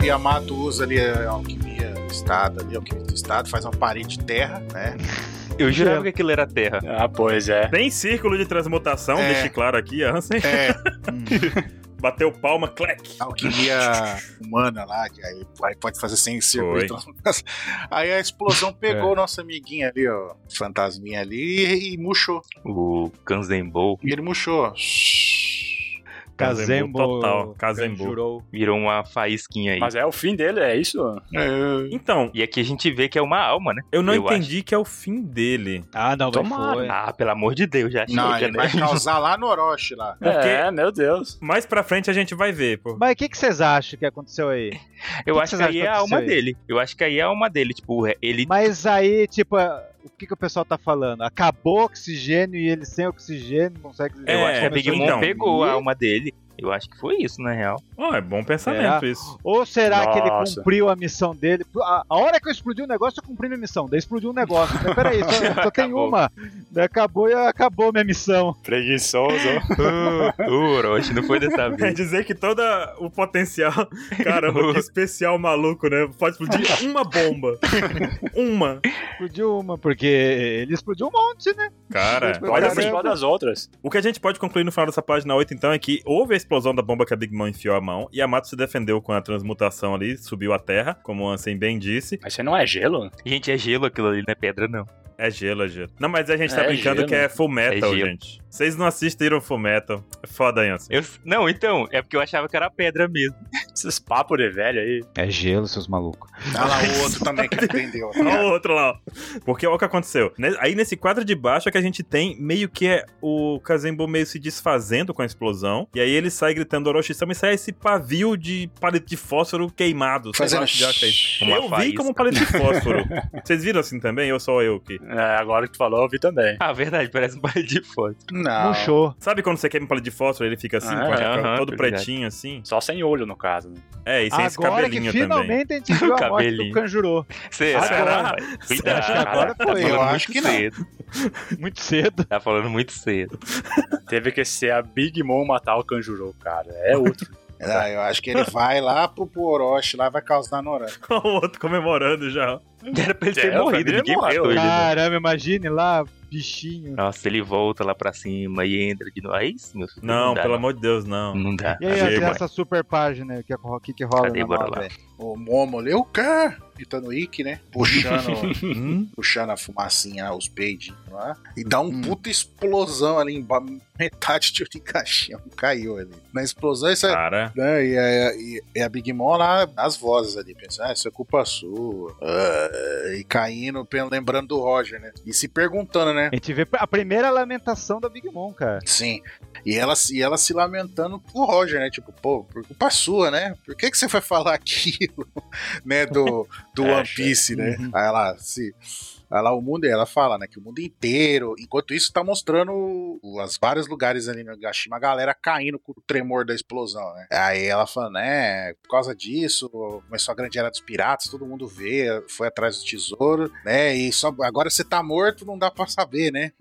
E a Mato eh, usa ali a alquimia do Estado, ali, a alquimia do Estado, faz uma parede de terra, né? <laughs> Eu É. jurava que aquilo era terra. Ah, pois é. Tem círculo de transmutação, É. deixe claro aqui, Ansem. É, Bateu palma, clec. a alquimia humana lá, que aí, aí pode fazer sem circuito. <laughs> Aí a explosão pegou o nosso amiguinho ali, ó, fantasminha ali, e, e murchou. O Kanzenbo E ele murchou. Kazembo total, Kazembo. Jurou. virou uma faísquinha aí. Mas é o fim dele, é isso? É, Então, E aqui a gente vê que é uma alma, né? eu não Eu entendi que é o fim dele. Ah, não, mas Tomara. foi. Ah, pelo amor de Deus, já Não, chega, ele né? vai causar lá no Orochi lá. Porque- É, meu Deus. Mais pra frente a gente vai ver, pô. Mas o que, que vocês acham que aconteceu aí? Eu que acho vocês acham que aí é que a <laughs> alma aconteceu aí? dele. Eu acho que aí é a alma dele. Tipo, ele. Mas aí, tipo, é, o que, que o pessoal tá falando? Acabou o oxigênio e ele sem oxigênio não consegue. É, eu acho que a mas Big Mom então- pegou a alma dele. Eu acho que foi isso, na <laughs> real. <laughs> Ó, é bom pensamento isso. Ou será que ele Nossa. cumpriu a missão dele? A, a hora que eu explodi o negócio, eu cumpri minha missão. Daí explodiu um negócio. Mas peraí, só, só tem Acabou. uma. Daí acabou e acabou minha missão. Preguiçoso. <laughs> Ô, Orochi, não foi dessa Quer vez. dizer que todo o potencial. <laughs> Caramba, que especial maluco, né? Pode <laughs> explodir uma bomba. Uma. Explodiu uma, porque ele explodiu um monte, né? Cara, Foi Pode Caramba. participar das outras. assim, O que a gente pode concluir no final dessa página 8, então, é que houve a explosão da bomba que a Big Mom enfiou a mão e a Mato se defendeu com a transmutação ali, subiu à terra, como o Ansem bem disse. Mas você não é gelo? Gente, é gelo aquilo ali, não é pedra, não. É gelo, é gelo. Não, mas a gente tá É brincando gelo. que é Full Metal, É gelo. gente. Vocês não assistiram Full Metal. É foda, hein, Ansem. Eu- não, então, é porque eu achava que era pedra mesmo. Esses papos de velho aí. É gelo, seus malucos. Olha Tá lá o outro também que ele tá? prendeu. <laughs> Olha o outro lá, ó. Porque olha o que aconteceu. Ne- Aí nesse quadro de baixo é que a gente tem meio que é o Kazembo meio se desfazendo com a explosão. E aí ele sai gritando Orochi-sama e sai esse pavio de palito de fósforo queimado. sei lá Fazendo. o que já fez. Uma eu vi faísca. como palito de fósforo. Vocês viram assim também? Ou só eu que? É, agora que tu falou, eu vi também. Ah, verdade, parece um balde de foto. Não. Murchou. Sabe quando você queima um palito de fósforo ele fica assim, Ah, com a- aham, todo tô ligado. pretinho assim? Só sem olho, no caso. né? É, e sem esse Agora que cabelinho também. finalmente a gente viu a morte do Cabelinho. Kanjuro. Será? Agora. um Cuidado. Acho que agora Tá foi. falando Eu muito acho que não. cedo. Muito cedo. Tá falando muito cedo. Teve que ser a Big Mom matar o Kanjuro, cara. É outro. Ah, eu acho que ele vai lá pro pro Orochi, lá vai causar no Orochi. <laughs> o outro comemorando já. Era pra ele ter É, a morrido, família ninguém morreu. matou ele. Né? Caramba, imagine lá, bichinho. Nossa, ele volta lá pra cima e entra de novo. Aí sim, meu filho. Não, dá, pelo amor de Deus, não. Não dá. E aí, Cadê, ó, tem essa super página que, é, o que, que rola Cadê? na Bora novela. lá. O Momo, ele, o quê? Gritando Ikki, né? Puxando, Hum? puxando a fumacinha, ah, os peidinhos lá. E dá um Hum. puta explosão ali embaixo. Metade de Onikaxão <laughs> caiu ali. Na explosão, isso é. Cara. Né, e, a, e- e a Big Mom lá, as vozes ali, pensando, ah, isso é culpa sua. Ah, e caindo, pe- lembrando do Roger, né? E se perguntando, né? A gente vê a primeira lamentação da Big Mom, cara. Sim. E ela, se- e ela se lamentando pro Roger, né? Tipo, pô, por culpa sua, né? Por que, que você foi <laughs> falar aquilo, né? Do, do É, One Piece, né? Aí ela se. Aí lá o mundo, ela fala, né? Que o mundo inteiro. Enquanto isso, tá mostrando os vários lugares ali no Gashima, a galera caindo com o tremor da explosão, né? Aí ela fala, né? Por causa disso, começou a grande era dos piratas, todo mundo vê, foi atrás do tesouro, né? E só agora você tá morto, não dá pra saber, né?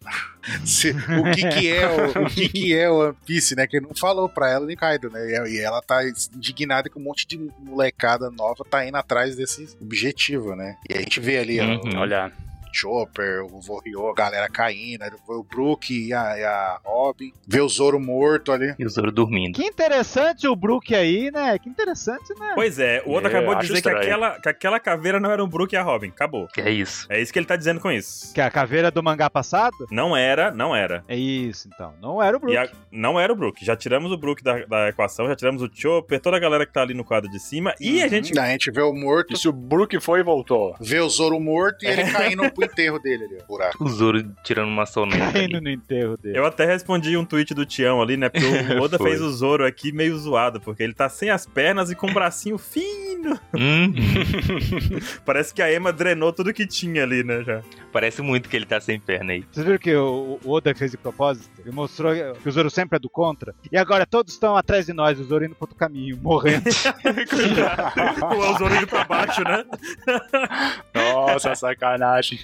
se- o que que é o, o que que é o One Piece, né? Que não falou pra ela nem Kaido, né? E- E ela tá indignada que um monte de molecada nova tá indo atrás desse objetivo, né? E a gente vê ali ó, Uhum. Olha, o Chopper, o Vorryo, a galera caindo, aí o Brook e a, e a Robin, vê o Zoro morto ali. E o Zoro dormindo. Que interessante o Brook aí, né? Que interessante, né? Pois é, o É, outro acabou de acho dizer que estranho. aquela, que aquela caveira não era um Brook e a Robin. Acabou. Que é isso. É isso que ele tá dizendo com isso. Que é a caveira do mangá passado? Não era, não era. É isso, então. Não era o Brook. E a- não era o Brook. Já tiramos o Brook da, da equação, já tiramos o Chopper, toda a galera que tá ali no quadro de cima. E Uhum. a gente. Daí a gente vê o morto, e se o Brook foi e voltou? vê o Zoro morto e É. ele caindo pro enterro dele ali, ó, buraco. O Zoro tirando uma sonora Caindo ali. no enterro dele. Eu até respondi um tweet do Tião ali, né? Porque o Oda Foi. fez o Zoro aqui meio zoado, porque ele tá sem as pernas e com um bracinho fino. Hum, Parece que a Ema drenou tudo que tinha ali, né? Já. parece muito que ele tá sem perna aí. Vocês viram que o o Oda fez de propósito? Ele mostrou que o Zoro sempre é do contra. E agora todos estão atrás de nós, o Zoro indo pro outro caminho, <laughs> morrendo. <laughs> o Zoro indo pra baixo, né? <laughs> Nossa, sacanagem.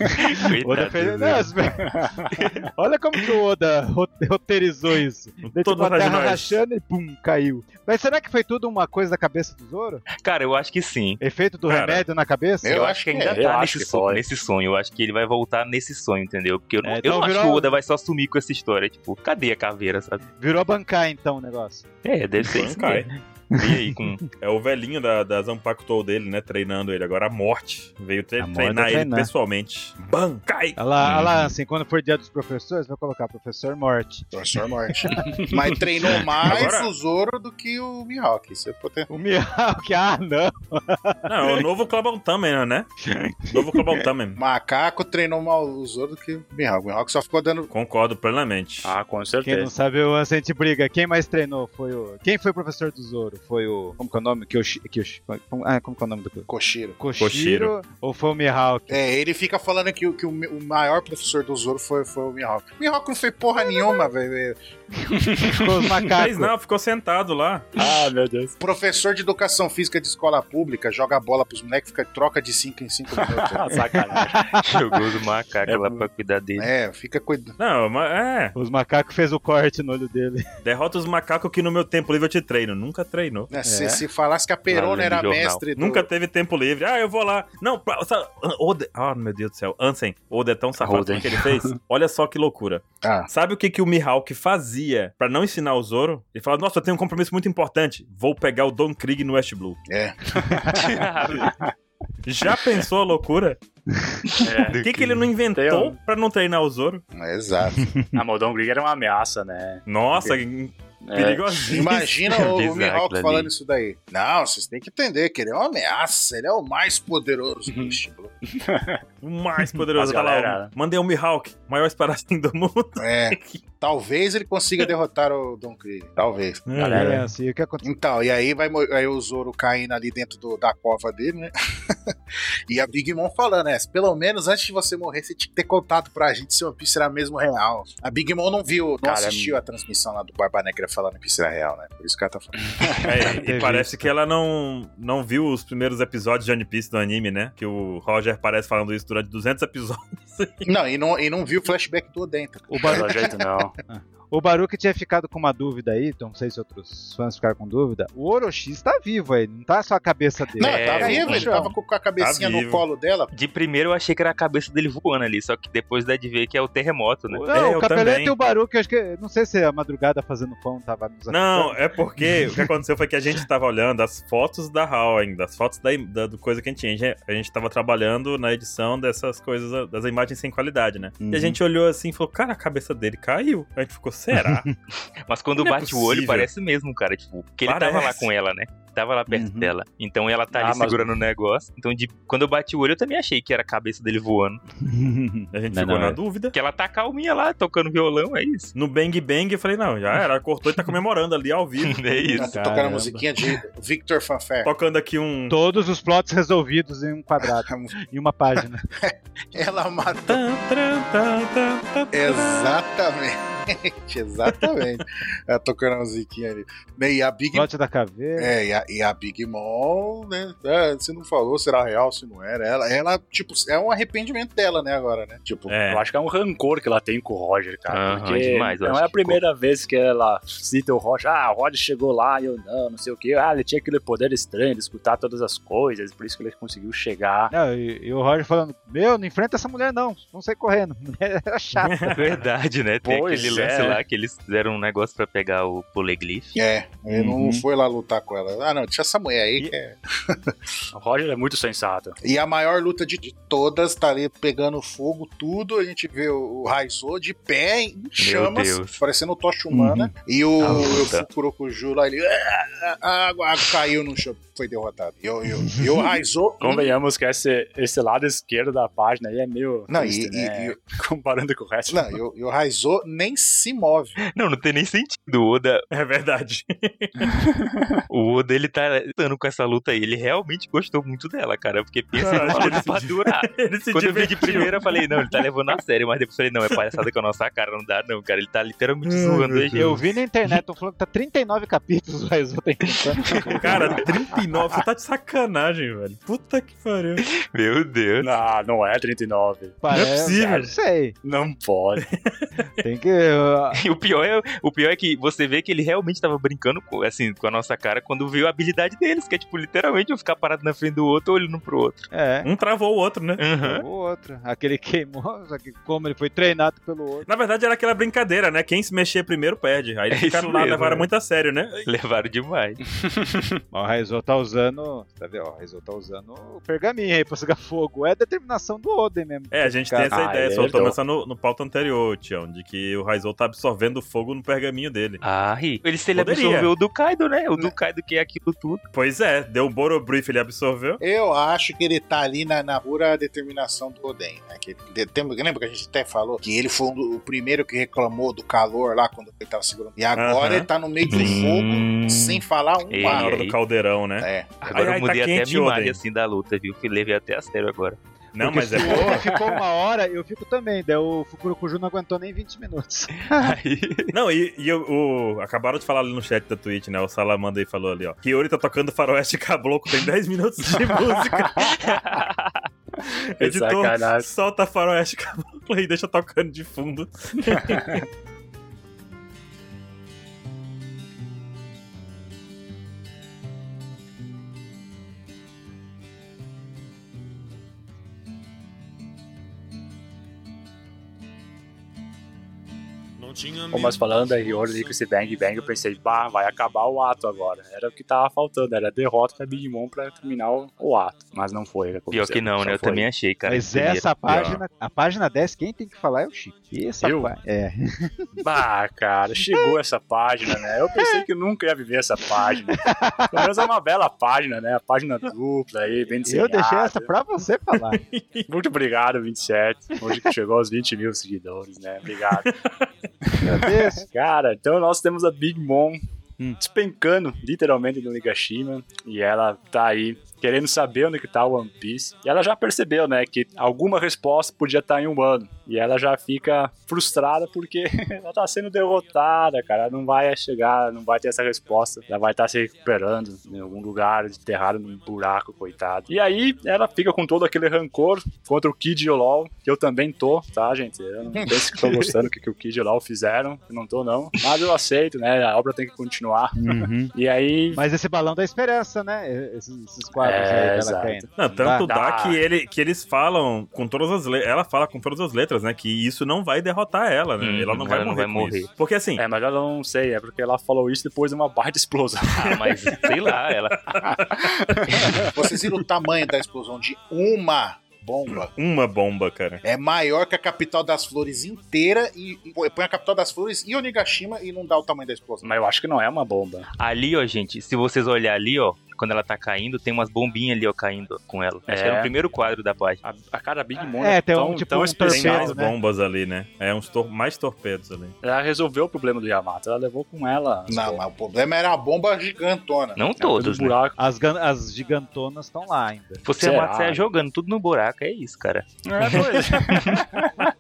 O Oda Coitado fez. do É, Zoro. Nossa, <laughs> Olha como que o Oda rote- roteirizou isso. Deu tipo Todo a atrás de terra nós. rachando e pum, caiu. Mas será que foi tudo uma coisa da cabeça do Zoro? Cara, eu acho que sim. Efeito do Cara, remédio na cabeça? eu Eu, acho que acho ainda que é, eu tá acho nesse, que sonho, foi. nesse sonho. Eu acho que ele vai voltar nesse sonho, entendeu? Porque eu, não- É, eu então não acho virou- que o Oda vai só sumir com essa história. Tipo, cadê a caveira, sabe? Virou a bancar então o negócio. É, deve ser isso. Bankai. mesmo. <laughs> E aí, com É o velhinho da, da Zanpakutou dele, né? Treinando ele. Agora a morte veio tre- A morte treinar vai ele treinar. pessoalmente. Bam! Cai! Olha lá, olha lá, Hum. assim, quando for dia dos professores, vai colocar professor morte. Professor <laughs> Morte. Mas treinou mais Agora- o Zoro do que o Mihawk. Isso é poten- O <laughs> Mihawk, ah, não. Não, é o novo Clabão <laughs> Tamer, né? Novo Clabão Tamer. Macaco treinou mal o Zoro do que o Mihawk. O Mihawk só ficou dando. Concordo plenamente. Ah, com Quem não certeza. sabe, o Ansem te briga. Quem mais treinou foi o... Quem foi o professor do Zoro? Foi o... Como que é o nome? Kyoshi... Kyoshi... como- Ah, como que é o nome do... Cochiro. Koshiro, Koshiro. ou foi o Mihawk? É, ele fica falando que, o- que o, mi- o maior professor do Zoro foi, foi o Mihawk. O Mihawk não fez porra nenhuma, velho. É, Ficou <laughs> os Fez macacos. não, ficou sentado lá. Ah, meu Deus. Professor de educação física de escola pública, joga a bola pros moleques, fica troca de 5 em 5 Ah, <laughs> minutos. sacanagem. jogou do macaco É, lá pra cuidar dele. é, fica cuidando. Não, mas é. Os macacos fez o corte no olho dele. Derrota os macacos que no meu tempo livre eu te treino. Nunca treinou. Né, Se, se falasse que a Perona Lá era É. no jornal. mestre do... Nunca teve tempo livre. Ah, eu vou lá. Não, pra- sabe- Oda. Ah, meu Deus do céu. Ansem, Oda é Ah, tão safado Oden. que ele <laughs> fez. Olha só que loucura. Ah. Sabe o que, que o Mihawk fazia pra não ensinar o Zoro? Ele falava: Nossa, eu tenho um compromisso muito importante. Vou pegar o Don Krieg no West Blue. É. <laughs> Já pensou <laughs> a loucura? É. O que, que ele não inventou Tem um- pra não treinar o Zoro? É, <laughs> Exato. A Moldon Grigg era uma ameaça, né? Nossa, É. perigosinho. Imagina o, o Bizarro aquilo Mihawk ali. falando isso daí. Não, vocês têm que entender que ele é uma ameaça, ele é o mais poderoso Uhum. do Shibu. O mais As poderoso <laughs> tá lá. galera- o- Mandei o Mihawk, maior espadachim do mundo. É. Talvez ele consiga derrotar o Don Krieg. Talvez. É, Galera. assim, o que aconteceu? Então, e aí vai mo- aí o Zoro caindo ali dentro do- da cova dele, né? <laughs> e a Big Mom falando, né? Pelo menos antes de você morrer, você tinha que ter contado pra gente se o One Piece era mesmo real. A Big Mom não viu, não Cara, assistiu a transmissão lá do Barba Negra falando que isso era real, né? Por isso que ela tá falando. É, e parece que ela não, não viu os primeiros episódios de One Piece do anime, né? Que o Roger parece falando isso durante 200 episódios. não, e não, e não viu o flashback do Oden. tá? O, Não bar... dá jeito, não. O Baruque tinha ficado com uma dúvida aí, então não sei se outros fãs ficaram com dúvida. O Orochi está vivo aí, não tá só a cabeça dele. Não, É, tá o vivo, ele bichão. tava com a cabecinha Tá no vivo. colo dela. De primeiro eu achei que era a cabeça dele voando ali, só que depois dá de ver que é o terremoto, né? É, Não, eu o Capeleto também. e o Baruque, acho que. Não sei se a madrugada fazendo pão tava nos Não, é porque o que aconteceu foi que a gente tava olhando as fotos da HAL ainda, as fotos da, im- da- do coisa que a gente tinha. A gente- A gente tava trabalhando na edição dessas coisas, das imagens sem qualidade, né? E Uhum. a gente olhou assim e falou, cara, a cabeça dele caiu. A gente ficou, será? <laughs> Mas quando Não é bate o olho, possível. parece mesmo, cara. Tipo, porque ele tava lá Parece. com ela, né? Tava lá perto Uhum. dela. Então ela tá Ah, ali mas- segurando o negócio. Então, de... quando eu bati o olho, eu também achei que era a cabeça dele voando. a gente Não, ficou não, na é. dúvida. Porque ela tá calminha lá, tocando violão, é isso. No Bang Bang, eu falei, não, já era, cortou e tá comemorando ali ao vivo. É isso. Tá tocando a musiquinha de Victor <laughs> Fanfare. Tocando aqui um. Todos os plots resolvidos em um <laughs> quadrado, em uma página. Ela matou. Tan, tran, tan, tan, tan, tan. Exatamente. <laughs> Exatamente. Ela tocando a musiquinha ali. Né, E a Big Plot da caveira. É, e a, e a Big Mom, né? é, se não falou, será real, se não era. Ela, ela, tipo, é um arrependimento dela, né, agora, né? Tipo, É. Eu acho que <laughs> é um rancor que ela tem com o Roger, cara. Aham, porque demais, eu não acho é a que primeira vez que ela cita o Roger. Ah, o Roger chegou lá e eu não, não sei o quê. Ah, ele tinha aquele poder estranho de escutar todas as coisas, por isso que ele conseguiu chegar. Não, e, e o Roger falando, meu, não enfrenta essa mulher não, não sai correndo. <laughs> Era chato. <laughs> Verdade, né? Tem Pois aquele lance é. lá que eles fizeram um negócio pra pegar o Poleglyph. é, ele não Uhum. foi lá lutar com ela. Ah, não, deixa essa mulher aí. que é- O Roger é muito sensato. E a maior luta de, de todas tá ali pegando fogo, tudo. A gente vê o o Raizou de pé em chamas, Deus. parecendo tocha humana. E o, A o luta. Fukurokuju lá, ele. "Ah, A água caiu no chão, foi derrotado. E o- e o e o Raizou. Convenhamos que esse, esse lado esquerdo da página aí é meio. Não, triste, e- né? e- <laughs> Comparando com o resto. Não, e o- e o Raizou nem se move. Não, não tem nem sentido. O Oda, <laughs> É verdade. o Oda, ele tá lutando com essa luta aí. Ele realmente gostou muito dela, cara. Porque pensa Cara, Ah, numa acho que ele luta se <laughs> pra di- durar. Ele se Quando eu vi de divertiu. primeira, eu falei, não, ele tá levando a sério, mas depois eu falei, não, é palhaçada com a nossa cara, não dá, não, cara. Ele tá literalmente Ai, zoando meu a gente. Eu vi na internet, estão falando que tá 39 capítulos, <laughs> mas eu tenho que Cara, é 39, você tá de sacanagem, velho. Puta que pariu. <laughs> Meu Deus. Não, não é 39. Parece, possível. ah, Não sei. Não pode. Tem que. ah, E o pior, é, o pior é que você vê que ele realmente tava brincando com, assim, com a nossa cara quando viu a habilidade deles, que é tipo, literalmente, um ficar parado na frente do outro, olhando pro outro. É. Um travou o outro, né? Aham. O outro. Aquele queimou, só que como ele foi treinado pelo outro. Na verdade, era aquela brincadeira, né? Quem se mexer primeiro perde. Aí eles É isso ficaram lá, mesmo, levaram né? muito a sério, né? Levaram demais. Mas o Raizou tá usando. Tá vendo? ó, O Raizou tá usando o pergaminho aí pra sugar fogo. É a determinação do Oden mesmo. É, a gente tem essa Ah, ideia, é, soltou então. essa no, no pauta anterior, Tião, de que o Raizou tá absorvendo fogo no pergaminho dele. Ah, ri. Ele se ele Poderia. absorveu o do Kaido, né? O do Kaido que é aquilo tudo. Pois é, deu um borobrief, ele absorveu. Eu acho que ele tá ali na, na pura determinação do Oden. Né? Que de- tem- lembra que a gente até falou que ele foi um do- o primeiro que reclamou do calor lá quando ele tava segurando. E agora Aham. ele tá no meio do Hum. fogo sem falar um Ei, Na palavra. hora aí? do caldeirão, né? É. Agora Ai, ai, eu tá mudei até a quente, minha imagem, Oden. assim, da luta, viu? Que levei até a sério <laughs> agora. Não, Porque mas é se o Oden <laughs> boa. ficou uma hora, eu fico também. Daí o Fukurokuju não aguentou nem 20 minutos. Aí, Não, e, e o, o- Acabaram de falar ali no chat da Twitch, né? O Salamanda aí falou ali, ó. Que Yuri tá tocando faroeste cabloco, tem 10 minutos de música. Que Editor, sacanagem. solta faroeste cabloco aí, deixa tocando de fundo. Bom, mas falando da Hiyori ali com esse Bang Bang, eu pensei, bah, vai acabar o ato agora. Era o que tava faltando, era a derrota da Big Mom pra terminar o, o ato. Mas não foi. pior que não, né? Eu também achei, cara. Mas que ia essa pior. página, a página 10, quem tem que falar é o Chique. Essa Eu? pá- É. achei. Bah, cara, chegou essa página, né? Eu pensei que nunca ia viver essa página. Pelo menos é uma bela página, né? A página dupla aí, bem Eu desenhada. deixei essa pra você falar. Muito obrigado, 27. Hoje que chegou aos 20 mil seguidores, né? Obrigado. tá <laughs> Agradeço. Cara, então nós temos a Big Mom despencando, literalmente, no Nigashima. E ela tá aí querendo saber onde que tá o One Piece. E ela já percebeu, né, que alguma resposta podia estar em um ano. E ela já fica frustrada porque <laughs> ela tá sendo derrotada, cara. Ela não vai chegar, não vai ter essa resposta. Ela vai estar se recuperando em algum lugar, enterrada num buraco, coitado. E aí ela fica com todo aquele rancor contra o Kid Yolol, que eu também tô, tá, gente? Eu não penso que tô gostando do que, que o Kid Yolol fizeram. Eu não tô, não. Mas eu aceito, né? A obra tem que continuar. E aí. Mas esse balão da esperança, né? E- Esses, esses quadros É, aí que ela exato. tem. Não, tanto dá. dá que, ele, que eles falam com todas as letras. Ela fala com todas as letras, né? Que isso não vai derrotar ela, né? Hum, ela não ela vai não morrer. vai com morrer. isso. Porque assim, É, mas eu não sei, é porque ela falou isso depois de uma baita explosão. Ah, mas sei lá, ela. Vocês viram o tamanho da explosão de uma bomba? uma bomba, cara. É maior que a capital das flores inteira e, e pô, põe a capital das flores e Onigashima e não dá o tamanho da Hum. explosão. Mas eu acho que não é uma bomba. Ali, ó, gente, se vocês olharem ali, ó, quando ela tá caindo, tem umas bombinhas ali, ó, caindo com ela. Acho que era É. o primeiro quadro da página. A, a cara Big Mom É, é tem tão, um tipo tão um Tem especial. mais né? bombas ali, né? É uns tor mais torpedos ali. Ela resolveu o problema do Yamato, ela levou com ela. Não, mas o problema era a bomba gigantona. Não todos. todos, né? buraco. As, gan- as gigantonas estão lá ainda. Você Será? mata, você é jogando tudo no buraco, é isso, cara. É, pois.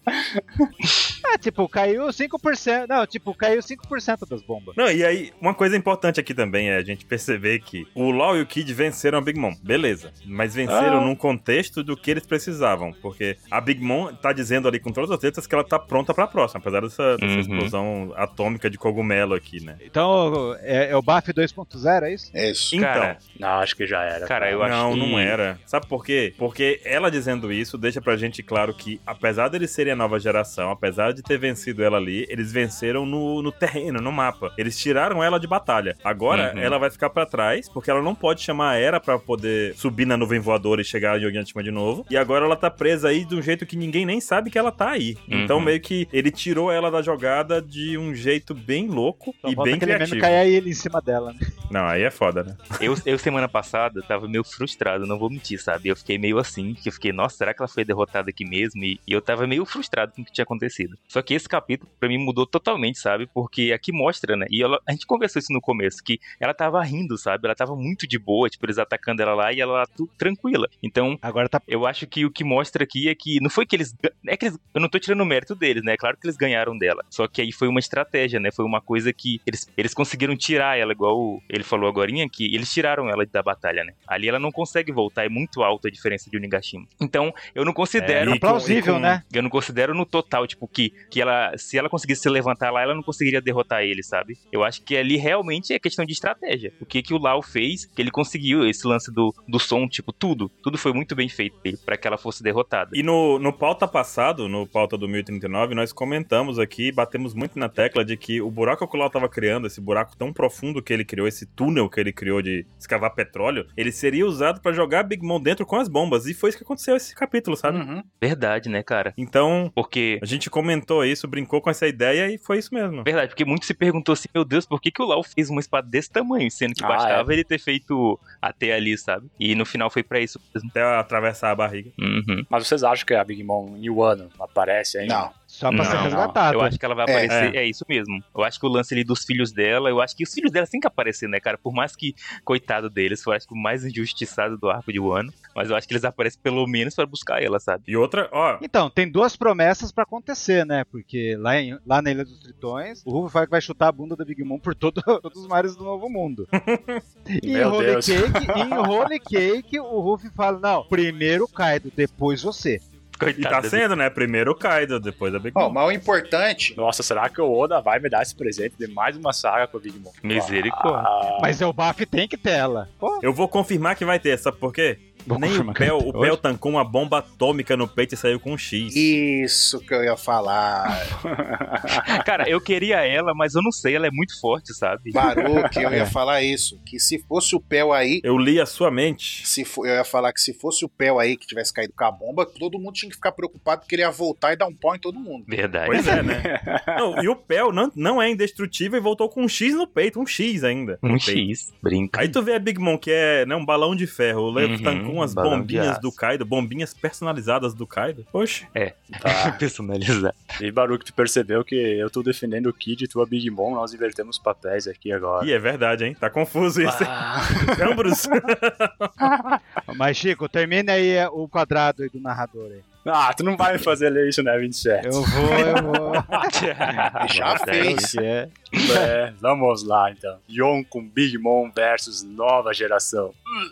É, tipo, caiu 5%. Não, tipo, caiu 5% das bombas. Não, e aí, uma coisa importante aqui também é a gente perceber que o LoL e o Kid venceram a Big Mom, beleza. Mas venceram Ah. num contexto do que eles precisavam. Porque a Big Mom tá dizendo ali com todas as letras que ela tá pronta pra próxima, apesar dessa, dessa Uhum. explosão atômica de cogumelo aqui, né? Então, é, é o BAF 2.0, é isso? É isso. Então, Cara, <laughs> não, acho que já era. Cara, eu acho não, que- não era. Sabe por quê? Porque ela dizendo isso deixa pra gente claro que, apesar deles serem a nova geração, apesar de ter vencido ela ali, eles venceram no, no terreno, no mapa. Eles tiraram ela de batalha. Agora Uhum. ela vai ficar pra trás, porque ela não pode chamar a Era pra poder subir na nuvem voadora e chegar em Yogantima de novo. E agora ela tá presa aí de um jeito que ninguém nem sabe que ela tá aí. Então Uhum. meio que ele tirou ela da jogada de um jeito bem louco Só e falta bem aquele criativo. meme cair ele em cima dela, né? Não, aí é foda, né? Eu, eu semana passada tava meio frustrado, não vou mentir, sabe? Eu fiquei meio assim, que eu fiquei, nossa, será que ela foi derrotada aqui mesmo? E, e eu tava meio frustrado com o que tinha acontecido. Só que esse capítulo pra mim mudou totalmente, sabe? Porque aqui mostra, né? E ela- a gente conversou isso no começo, que ela tava rindo, sabe? Ela tava muito de boa, tipo, eles atacando ela lá e ela lá tu- tranquila. Então, Agora tá. eu acho que o que mostra aqui é que não foi que eles. ga- É que eles, eu não tô tirando o mérito deles, né? É claro que eles ganharam dela. Só que aí foi uma estratégia, né? Foi uma coisa que eles, eles conseguiram tirar ela, igual o- ele falou agora, que eles tiraram ela da batalha, né? Ali ela não consegue voltar, é muito alta a diferença de Unigashima. Então, eu não considero. É, Era e com- plausível, e com- né? <laughs> Eu não considero no total, tipo, que, que ela. Se ela conseguisse se levantar lá, ela não conseguiria derrotar ele, sabe? Eu acho que ali realmente é questão de estratégia. O que que o Lau fez, que ele conseguiu esse lance do, do som, tipo, tudo. Tudo foi muito bem feito dele pra que ela fosse derrotada. E no, no pauta passado, no pauta do 1039, nós comentamos aqui, batemos muito na tecla de que o buraco que o Lau tava criando, esse buraco tão profundo que ele criou, esse túnel que ele criou de escavar petróleo, ele seria usado pra jogar a Big Mom dentro com as bombas. E foi isso que aconteceu esse capítulo, sabe? Uhum. Verdade, né, cara? Então, Porque. a gente comentou isso, brincou com essa ideia e foi isso mesmo. Verdade, porque muito se perguntou assim, meu Deus, por que, que o Lau fez uma espada desse tamanho, sendo que Ah, bastava ele ter feito até ali, sabe? E no final foi pra isso mesmo. Até atravessar a barriga. Uhum. Mas vocês acham que a Big Mom em um ano aparece ainda? Não. Só pra Não, ser não. resgatada. Eu acho que ela vai É, aparecer, é. isso mesmo. Eu acho que o lance ali dos filhos dela, eu acho que os filhos dela têm que aparecer, né, cara? Por mais que, coitado deles, eu acho que o mais injustiçado do arco de Wano, mas eu acho que eles aparecem pelo menos pra buscar ela, sabe? E outra, ó, Então, tem duas promessas pra acontecer, né? Porque lá, em- lá na Ilha dos Tritões, o Ruffy fala que vai chutar a bunda da Big Mom por todo- <laughs> todos os mares do Novo Mundo. e em Meu Holy Deus. Cake, em Holy Cake, o Ruffy fala, não, primeiro o Kaido, depois você. e tá Coitado. sendo, né? Primeiro o Kaido, depois a Big Ó, Mom. mas o importante Nossa, será que o Oda vai me dar esse presente de mais uma saga com a Big Mom? Misericórdia. Ah, Mas é o Baf tem que ter ela. Pô, Eu vou confirmar que vai ter, sabe por quê? vou Nem o confirmar que Pel, vai ter o hoje. Pel tancou uma bomba atômica no peito e saiu com um X. Isso que eu ia falar. Ah. Cara, eu queria ela, mas eu não sei, ela é muito forte, sabe? Baruque, eu <laughs> É. ia falar isso. Que se fosse o Pel aí. Eu li a sua mente. Se for, eu ia falar que se fosse o Pel aí que tivesse caído com a bomba, todo mundo tinha que ficar preocupado porque ele ia voltar e dar um pau em todo mundo. Verdade. Pois é, <laughs> né? Não, e o Pel não, não é indestrutível e voltou com um X no peito, um X ainda. Um no peito. X. Brinca. Aí tu vê a Big Mom, que é né, um balão de ferro, le- Uhum. tancou algumas balão de bombinhas aço. do Kaido, bombinhas personalizadas do Kaido. Oxe, Tá. <laughs> <laughs> Personalizar. E Baruque, tu percebeu que eu tô defendendo o Kid e tu a Big Mom, nós invertemos papéis aqui agora. e é verdade, hein? Tá confuso isso. Ah, hein? <laughs> Ambros. Mas, Chico, termina aí é, o quadrado aí do narrador aí. ah, tu não vai me fazer ler isso, né, 27? Eu vou, <laughs> eu vou. Tá Já né? fez. É. É, vamos lá então. Yon com Big Mom versus nova geração. Hum.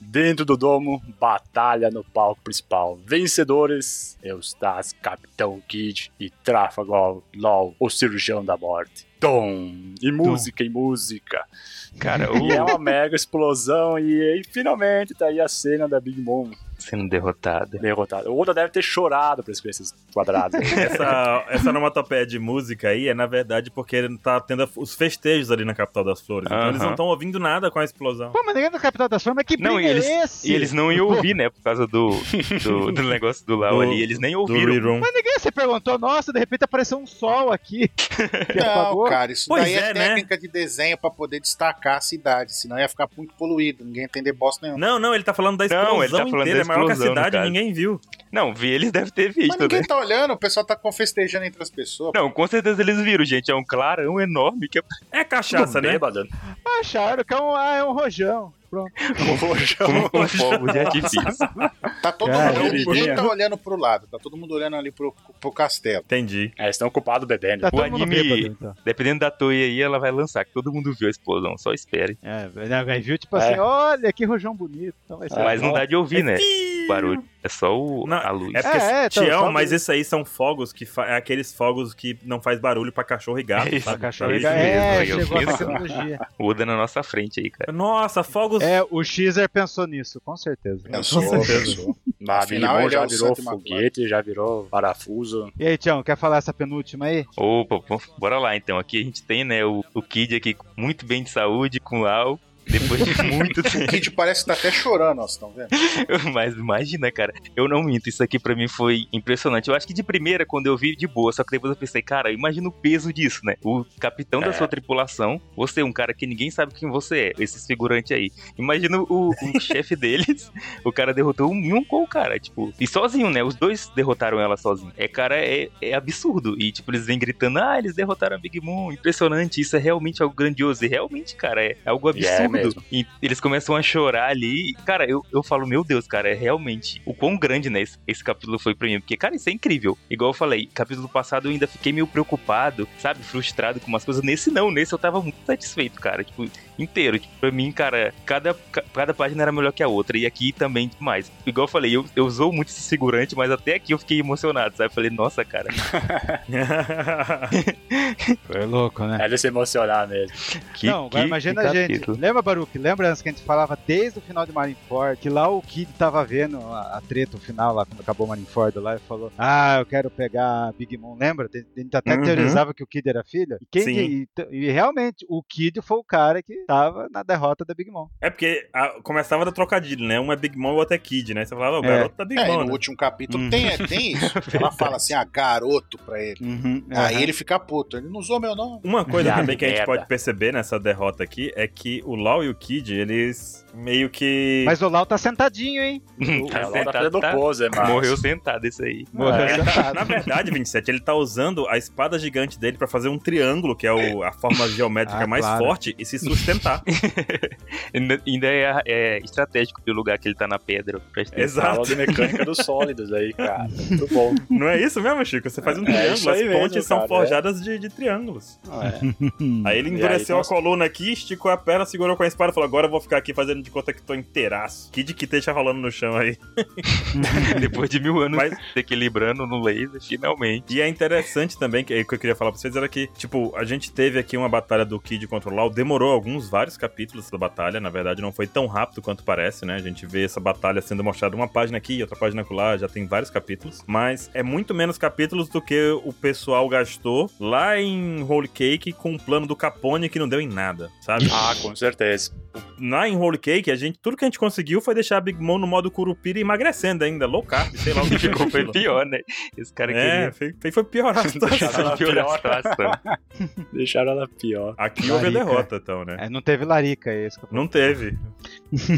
Dentro do domo, batalha no palco principal. Vencedores: Eustace, Capitão Kid e Trafalgar LOL, o cirurgião da morte. Tom! E música, e música. Cara, E é o uma mega explosão. E, e finalmente tá aí a cena da Big Mom uh, sendo derrotada. derrotada. O Oda deve ter chorado pra escrever esses <laughs> quadrados. É <laughs> Essa, essa onomatopeia de música aí é, na verdade, porque ele tá tendo a- os festejos ali na Capital das Flores. Então Aham. eles não estão ouvindo nada com a explosão. Pô, mas ninguém do Capital das Formas, que Não, briga e eles- é esse? E eles não iam ouvir, né? Por causa do, do, do negócio do Lau Do- ali. Eles nem Do ouviram. Rirum. Mas ninguém se perguntou, nossa, de repente apareceu um sol aqui. Que é Não, apagou. cara, isso Pois daí é, é, né? técnica de desenho pra poder destacar a cidade, senão ia ficar muito poluído, ninguém ia entender bosta nenhuma. Não, não, ele tá falando da explosão Não, ele tá falando da inteira. É maior que a explosão, no cidade, caso. ninguém viu. Não, vi, eles devem ter é visto, Mas ninguém né? tá olhando, o pessoal tá festejando entre as pessoas. Não, com certeza eles viram, gente. É um clarão enorme que é É cachaça, né? Bêbado. Acharam que é um, ah, é um rojão. Pronto. como um fogo de artifício. Tá todo Cara, né? mundo, ninguém bebidinha. tá olhando pro lado, tá todo mundo olhando ali pro, pro castelo. Entendi. É, estão ocupados bebendo. Tá todo mundo anime- bêbado, então. Dependendo da Toei aí, ela vai lançar, que todo mundo viu a explosão, só espere. É, né, mas viu tipo É. assim, olha que rojão bonito. Então vai ser Mas não bom. dá de ouvir, né? Ih! O barulho. É só o, Não, a luz. É porque, É, é, então, Tião, só mas do- esses aí são fogos que fa- é aqueles fogos que não faz barulho pra cachorro e gato. <laughs> É isso, sabe? Cachorro É isso é, mesmo, chegou eu a fiz. tecnologia. O Oda na nossa frente aí, cara. Nossa, fogos. É, o Xer pensou nisso, com certeza. Pensou, pensou. Na Afinal, Afinal, ele é já o virou santo imaculado. foguete, já virou parafuso. E aí, Tião, quer falar essa penúltima aí? Opa, pô, bora lá então. Aqui a gente tem, né, o, o Kid aqui com- muito bem de saúde, com Lau. Depois de <laughs> muito O <laughs> tempo. Kid parece que tá até chorando, ó, vocês estão vendo? <laughs> Mas imagina, cara. Eu não minto. Isso aqui pra mim foi impressionante. Eu acho que de primeira, quando eu vi, de boa. Só que depois eu pensei, cara, imagina o peso disso, né? O capitão da É. sua tripulação, você, um cara que ninguém sabe quem você é, esses figurantes aí. Imagina o, <laughs> o chefe deles, o cara derrotou um Yonkou, cara. Tipo, e sozinho, né? Os dois derrotaram ela sozinho. É, cara, é, é absurdo. E, tipo, eles vêm gritando, ah, eles derrotaram a Big Mom. Impressionante. Isso é realmente algo grandioso. E realmente, cara, é algo E é absurdo. mesmo. E eles começam a chorar ali. E, Cara, eu, eu falo, meu Deus, cara, é realmente o quão grande, né, esse, esse capítulo foi pra mim. Porque, cara, isso é incrível. Igual eu falei, capítulo passado eu ainda fiquei meio preocupado, sabe? Frustrado com umas coisas. Nesse não, nesse eu tava muito satisfeito, cara. Tipo, inteiro. Tipo, pra mim, cara, cada, ca- cada página era melhor que a outra. E aqui também demais. Igual eu falei, eu, eu usou muito esse segurante, mas até aqui eu fiquei emocionado, sabe? Falei, nossa, cara. Foi louco, né? É de se emocionar <laughs> mesmo. Que, não, agora que- imagina que é a gente. capítulo. Lembra, Baruque? Lembra antes que a gente falava desde o final de Marineford, que lá o Kid tava vendo a, a treta, o final lá, quando acabou Marineford lá, e falou: Ah, eu quero pegar a Big Mom. Lembra? A gente até Uhum. teorizava que o Kid era filho. E, quem Sim. que- e, e realmente, o Kid foi o cara que tava na derrota da Big Mom. <laughs> É porque a- começava da trocadilho, né? Um é Big Mom e o outro é Kid, né? Você falava, o É. garoto da Big É, e Mom. no né? último capítulo Hum. tem, tem <laughs> isso. Ela fala assim, ah, garoto pra ele. É. Aí ele fica puto, ele não usou meu nome. Uma <laughs> coisa Ah, também que a gente merda. pode perceber nessa derrota aqui é que o Law e o Kid, eles meio que. Mas o Lau tá sentadinho, hein? Tá É, o sentado, tá fazendo tá? pose, mas... Morreu sentado esse aí. Morreu É, sentado. Na verdade, 27, ele tá usando a espada gigante dele pra fazer um triângulo, que é o- a forma geométrica <laughs> Ah, mais claro. forte, e se sustentar. Ainda, ainda é, é estratégico pelo lugar que ele tá na pedra. Presta atenção. Exato. Aula de é mecânica dos sólidos aí, cara. Muito <laughs> bom. Não é isso mesmo, Chico? Você faz um É, isso triângulo, aí as mesmo, pontes são cara, é. Ah, forjadas de, de triângulos. Aí ele E endureceu aí, a coluna aqui, esticou a perna, segurou com a espada e falou: Agora eu vou ficar aqui fazendo de conta que tô inteiraço. Kid que deixa rolando no chão aí. <laughs> Depois de mil anos Mas- se equilibrando no laser, finalmente. <laughs> E é interessante também, que, que eu queria falar pra vocês, era que, tipo, a gente teve aqui uma batalha do Kid contra o Lau, demorou alguns, vários capítulos da batalha, na verdade não foi tão rápido quanto parece, né? A gente vê essa batalha sendo mostrada uma página aqui, outra página lá, já tem vários capítulos, mas é muito menos capítulos do que o pessoal gastou <laughs> lá em Whole Cake com o plano do Capone que não deu em nada, sabe? Ah, com certeza. Na Enroll Cake, a gente, tudo que a gente conseguiu foi deixar a Big Mom no modo curupira emagrecendo ainda, low carb, sei <laughs> lá o que Ficou foi aquilo. pior, né? Esse cara É, queria. fe- fe- foi piorar <laughs> a Deixaram situação. ela piorar a situação. Deixaram ela pior. Aqui houve a Larica. derrota, então, né? É, não teve larica é isso. que eu- Não teve.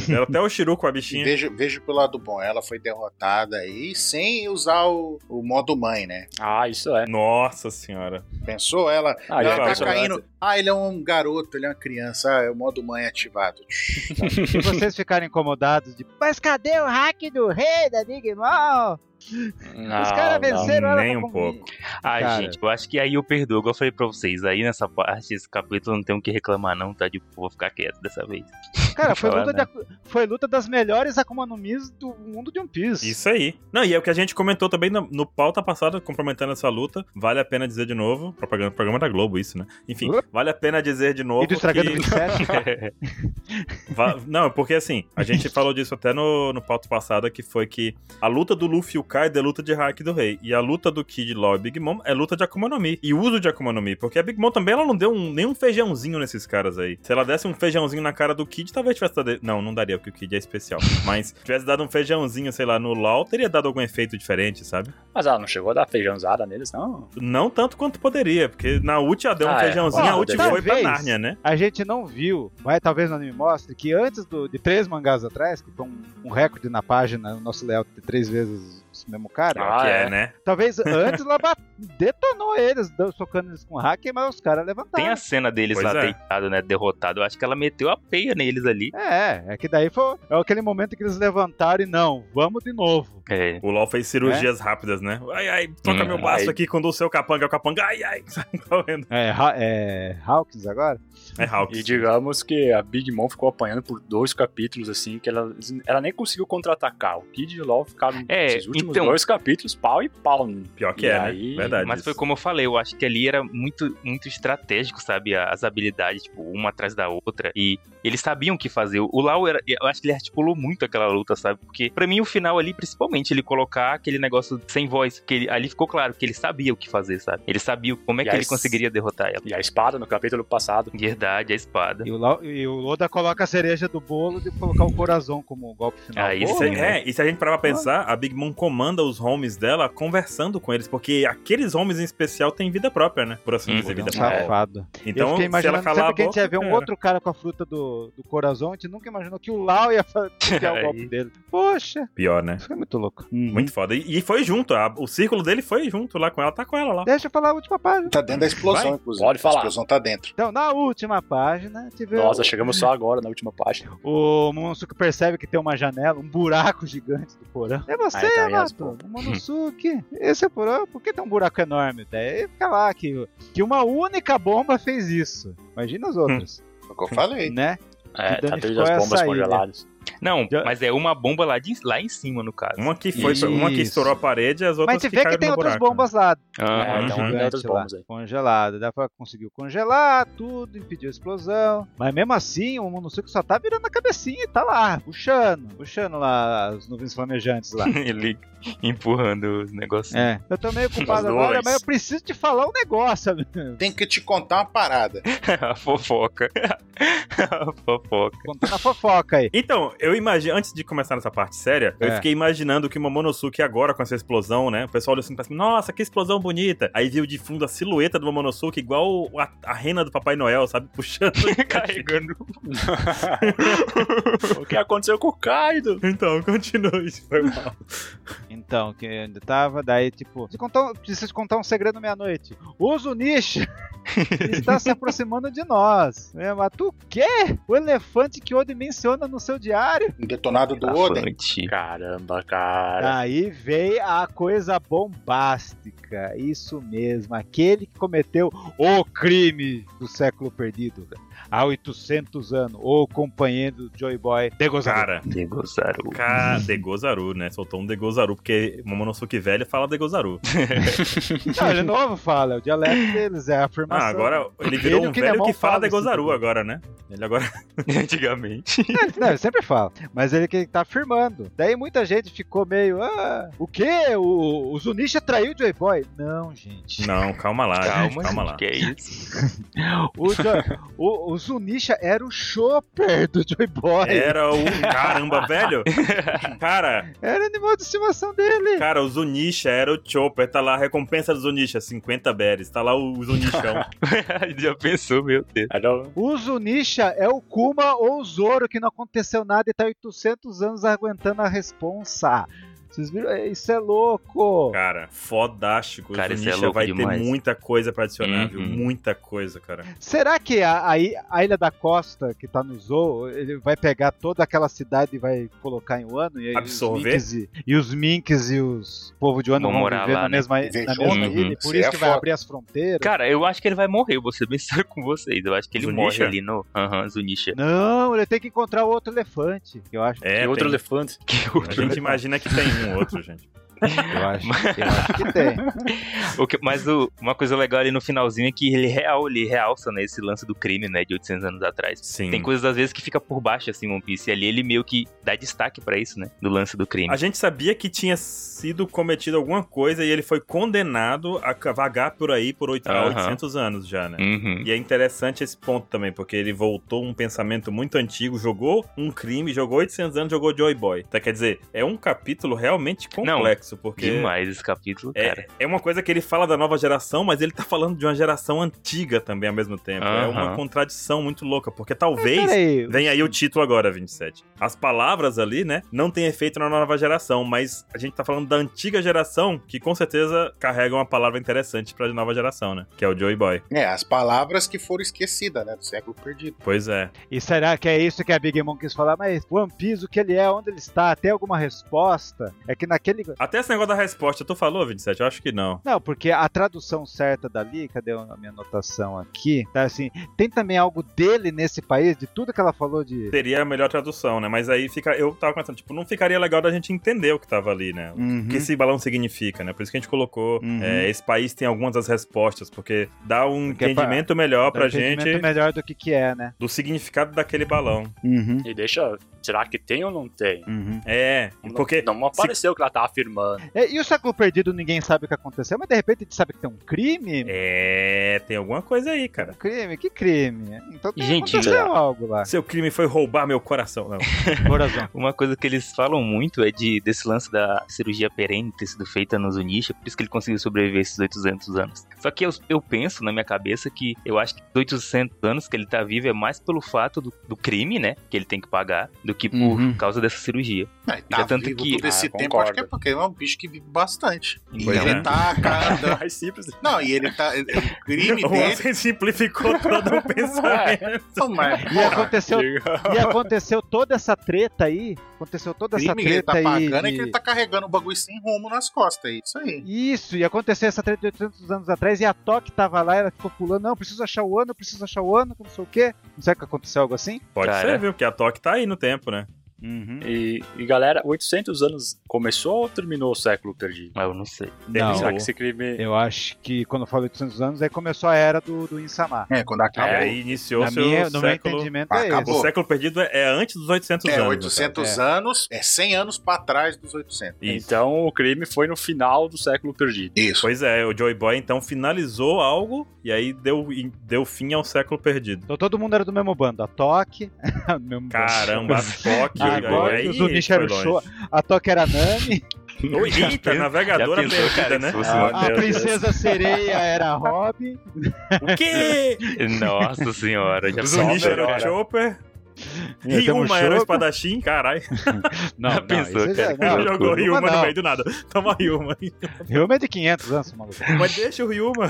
Era até o Shiru com a E bichinha. Vejo, vejo pelo lado bom, ela foi derrotada aí sem usar o, o modo mãe, né? Ah, isso é. Nossa senhora. Pensou ela, Ah, já ela tá pensou, caindo. Ah, ele é um garoto, ele é uma criança, ah, é o modo mãe ativado. Tipo, Se vocês ficarem incomodados de. Mas cadê o hack do rei da Big Mom? Os caras Tá venceram ela nem com- um pouco. Ai, Cara. gente, eu acho que aí eu perdoo. Igual eu falei pra vocês, aí nessa parte, esse capítulo não tem o que reclamar, não, tá? De vou ficar quieto dessa vez. Cara, foi Falar, luta, de Aku- foi luta das melhores Akuma no Mi do mundo de One Piece. Isso aí. Não, e é o que a gente comentou também no, no pauta passada, complementando essa luta. Vale a pena dizer de novo. Propaganda, programa da Globo, isso, né? Enfim, Opa. vale a pena dizer de novo. E do estragando que- 27. Va- Não, porque assim, a gente falou disso até no, no pauta passada, que foi que a luta do Luffy e o Kaido é luta de hack do rei. E a luta do Kid Law e Big Mom é luta de Akuma no Mi. E uso de Akuma no Mi. Porque a Big Mom também ela não deu um, nenhum feijãozinho nesses caras aí. Se ela desse um feijãozinho na cara do Kid, talvez tivesse dado. Não, não daria, porque o Kid é especial. Mas tivesse dado um feijãozinho, sei lá, no LOL, teria dado algum efeito diferente, sabe? Mas ela não chegou a dar feijãozada neles, não. Não tanto quanto poderia, porque na ult ela deu um Ah, é. feijãozinho, Ah, a ult talvez. foi pra Nárnia, né? A gente não viu, mas talvez não me mostre, que antes do- de três mangás atrás, que foi um, um recorde na página, o nosso layout de três vezes o mesmo cara. Ah, que é. é, né? Talvez antes ela ba- detonou eles, deu- socando eles com hack, mas os caras levantaram. Tem a cena deles Pois lá é. deitado, né? Derrotado. Eu acho que ela meteu a peia neles ali. É, é que daí foi é aquele momento que eles levantaram e não, vamos de novo. É. O LOL fez cirurgias rápidas, né? Ai, ai, toca Hum, meu baço ai. aqui quando o seu capanga é o capanga. Ai, ai, <laughs> correndo. É, Ha- é Hawkins agora? É Hawks. E digamos que a Big Mom ficou apanhando por dois capítulos, assim, que ela, ela nem conseguiu contra-atacar. O Kid e o LOL ficaram É, esses últimos então- dois capítulos pau e pau. Pior que E é, aí- né? Verdade. Mas foi isso. como eu falei, eu acho que ali era muito, muito estratégico, sabe? As habilidades, tipo, uma atrás da outra. E eles sabiam o que fazer. O Lau, era, eu acho que ele articulou muito aquela luta, sabe? Porque, pra mim, o final ali, principalmente, ele colocar aquele negócio sem voz. Porque ele- ali ficou claro que ele sabia o que fazer, sabe? Ele sabia como é E que aí ele s- conseguiria derrotar ela. E a espada no capítulo passado. Verdade, a espada. E o, Lau- e o Oda coloca a cereja do bolo de colocar o coração como um golpe final. um Aí E Pô, se, sim, né? é, e se a gente parar pra pensar, a Big Mom comanda os homes dela conversando com eles, porque aqueles homes em especial têm vida própria, né? Por assim Hum, dizer, vida um própria. safado. eu Então, fiquei se ela imaginando, calar a sempre que a boca, gente ia ver um era. outro cara com a fruta do, do coração, a gente nunca imaginou que o Lau ia fa- copiar o <laughs> Aí. golpe dele. Poxa, Pior, né? isso foi muito louco. Muito foda. E, e foi junto, a- o círculo dele foi junto lá com ela, tá com ela lá. Deixa eu falar a última página. Tá dentro da explosão, Vai, inclusive. pode falar. A explosão tá dentro. Então, na última página, tivemos. Nossa, chegamos só agora na última página. O Momonosuke percebe que tem uma janela, um buraco gigante do porão. É você, Aí também as Mato, bombas. Momonosuke. Esse é porão, por que tem um buraco enorme? Daí fica lá que, que uma única bomba fez isso. Imagina as outras, Foi o que eu falei. né? Que É, tá tendo danificou as essa bombas aí, né? <laughs> congeladas. Não, Já- mas é uma bomba lá, de, lá em cima, no caso. Uma que foi, Isso. uma que estourou a parede e as outras Mas você que vê que caíram tem no outras buraco. né? bombas lá. É, <laughs> Aham. então Gigante tem outras lá. bombas aí. Congelado. Dá pra conseguiu congelar tudo, impediu a explosão. Mas mesmo assim, o Momonosuke só tá virando a cabecinha e tá lá, puxando, puxando lá as nuvens flamejantes lá. Ele empurrando os negócios. É. Eu tô meio As culpado nuvens. agora, mas eu preciso te falar um negócio, amigo. Tem que te contar uma parada. <laughs> a fofoca. a fofoca. contando a fofoca aí. Então, eu imagino, antes de começar nessa parte séria, eu É. fiquei imaginando que o Momonosuke agora, com essa explosão, né? O pessoal olhou assim pra cima, nossa, que explosão bonita. Aí viu de fundo a silhueta do Momonosuke, igual a, a rena do Papai Noel, sabe? <laughs> Puxando. Carregando. o que aconteceu com o Kaido? então, continua. Isso foi mal. Então, que ainda tava, daí tipo, preciso contar, um- preciso contar um segredo meia-noite. Uso <laughs> nicho está se aproximando de nós. É, Mas tu quê? O elefante que Oden menciona no seu diário? Um detonado Ah, do Oden. Elefante. Caramba, cara. Aí veio a coisa bombástica. Isso mesmo, aquele que cometeu o crime do século perdido. Há 800 anos, o companheiro do Joy Boy Degozar. Cara, <laughs> Degosaru. cara, Degozaru, né? Soltou um Degozaru, porque Momonosuke velho fala Degozaru. Não, de novo fala, é o dialeto deles, é a afirmação. Ah, agora ele Ele virou e o um velho Kinemon que fala falam isso Degozaru também. agora, né? Ele agora. Antigamente. Não, ele sempre fala. tal. Mas ele que tá afirmando. Daí muita gente ficou meio, ah, o quê? O, o Zunisha traiu o Joy Boy? Não, gente. Não, calma lá, calma, gente, calma lá. Que é isso? <laughs> O, Jo- o, o Zunisha era o chopper do Joy Boy. Era o caramba, velho. Cara, Era o animal de estimação dele. cara, o Zunisha era o Chopper, tá lá a recompensa do Zunisha, 50 berries, tá lá o Zunichão. Já pensou, meu Ah. Deus. Era o- O Zunisha é o Kuma ou o Zoro que não aconteceu nada e tá 800 anos aguentando a responsa. Vocês viram? É, Isso é louco. Cara, fodástico. Cara, o isso é Zunisha louco vai demais. ter muita coisa pra adicionar, viu? Uhum. Muita coisa, cara. Será que a, a i- a Ilha da Costa, que tá no Zoo, ele vai pegar toda aquela cidade e vai colocar em Wano? E aí Absorver? Os minks e, e os minks e os povo de Wano Vão vão, morar viver lá, na né? mesma, Viver na junto? mesma Uhum. ilha, e por Seria isso é que vai foda. abrir as fronteiras? Cara, eu acho que ele vai morrer, eu vou ser bem <laughs> sério com vocês. Eu acho que ele Zunisha? morre ali no. Aham, Zunisha. <laughs> Não, ele tem que encontrar o outro elefante, eu acho. É, e outro tem- elefante. Que A outro. gente imagina que tem um outro, <laughs> gente. Eu <laughs> acho, eu acho que tem. O que- mas o- uma coisa legal ali no finalzinho é que ele, real, ele realça né, esse lance do crime, né? De 800 anos atrás. Sim. Tem coisas às vezes que fica por baixo, assim, One Piece. E ali ele meio que dá destaque pra isso, né? Do lance do crime. A gente sabia que tinha sido cometido alguma coisa e ele foi condenado a ca- vagar por aí por oito- há Aham. 800 anos já, né? Uhum. E é interessante esse ponto também, porque ele voltou um pensamento muito antigo, jogou um crime, jogou 800 anos, jogou Joy Boy. Então, quer dizer, é um capítulo realmente complexo, porque... Demais esse capítulo, cara. É, é uma coisa que ele fala da nova geração, mas ele tá falando de uma geração antiga também ao mesmo tempo. É uma Aham. contradição muito louca, porque É, talvez Peraí, Vem aí o título agora, 27. As palavras ali, né, não tem efeito na nova geração, mas a gente tá falando da antiga geração, que com certeza carrega uma palavra interessante pra nova geração, né? Que é o Joey Boy. É, as palavras que foram esquecidas, né? Do século perdido. Pois é. E será que é isso que a Big Mom quis falar? Mas One Piece, o que ele é, onde ele está, tem alguma resposta? É que naquele. Até esse negócio da resposta, tu falou, 27? Eu acho que não. Não, porque a tradução certa dali, cadê a minha anotação aqui? Tá assim, tem também algo dele nesse país, de tudo que ela falou de. Seria a melhor tradução, né? Mas aí fica. Eu tava pensando, tipo, não ficaria legal da gente entender o que tava ali, né? O que esse balão significa, né? Por isso que a gente colocou. Uhum. é, esse país tem algumas das respostas, porque dá um Porque é pra- entendimento melhor Dá pra um entendimento gente melhor do que que é, né? do significado daquele balão. Uhum. E deixa. Será que tem ou não tem? É, Não- porque. Não, apareceu o que ela tá <laughs> afirmando. É, E o século perdido ninguém sabe o que aconteceu, mas de repente a gente sabe que tem um crime? É, tem alguma coisa aí, É. cara. Crime? Que crime? Então tem Gente, aconteceu é. algo <laughs> lá. Seu crime foi roubar meu coração. Não. Coração. Uma coisa que eles falam muito é de, desse lance da cirurgia perene ter sido feita no Zunisha, por isso que ele conseguiu sobreviver esses 800 anos. Só que eu, eu penso na minha cabeça que eu acho que os 800 anos que ele tá vivo é mais pelo fato do, do crime, né? Que ele tem que pagar, do que por causa dessa cirurgia. Ah, e Ainda tá tanto vivo que- todo esse ah, tempo, concordo. acho que é porque ele é um bicho que vive bastante. E Pois ele é. tá andando. Mais simples. Não, e ele tá. O <laughs> crime O dele. Ansem simplificou todo o É, <laughs> pensamento. Não, mas, E aconteceu, Diga. <laughs> e aconteceu toda essa treta aí. Aconteceu toda o essa crime que ele treta tá aí. pagando é que de- ele tá carregando o bagulho sem rumo nas costas. É isso aí. Isso, e aconteceu essa treta de 800 anos atrás, e a Toque tava lá, ela ficou pulando, não, preciso achar o ano, preciso achar o ano, que não sei o quê. Não sei que aconteceu algo assim? Pode Cara. ser, viu? Porque a Toque tá aí no tempo, né? E, e galera, 800 anos começou ou terminou o século perdido? Mas Ah, eu não sei. Não. Será que esse crime. Eu acho que quando eu falo 800 anos, aí começou a era do, do Insamar. É, quando acaba. E É, aí iniciou Na seu minha, no meu século. entendimento é O Acabou. esse. século perdido é é antes dos 800 anos. 800 cara. anos, é 100 anos pra trás dos 800. Isso. Então o crime foi no final do século perdido. Isso. Pois é, o Joy Boy então finalizou algo e aí deu, e deu fim ao século perdido. Então todo mundo era do mesmo bando, a Toque, <laughs> do mesmo bando. Caramba, a Toque. é. Agora aí que o Zunisha foi era o longe. a Toque era a <laughs> Nami, Oi, Eita, Já navegadora pensou, cara, perdida, que né? se fosse Ah, uma- a Meu Deus. Princesa Sereia <laughs> era a Robin, O quê? Nossa senhora, já O Só Zunisha era o melhora. Chopper. Ia ter um Ryuma era Chopper. o espadachim, caralho. Não, <laughs> Já pensou, isso cara, já- que não, é loucura. Jogou o Ryuma não. no meio do nada. Toma Ryuma. Ryuma é de 500 anos, maluco. Mas deixa o Ryuma.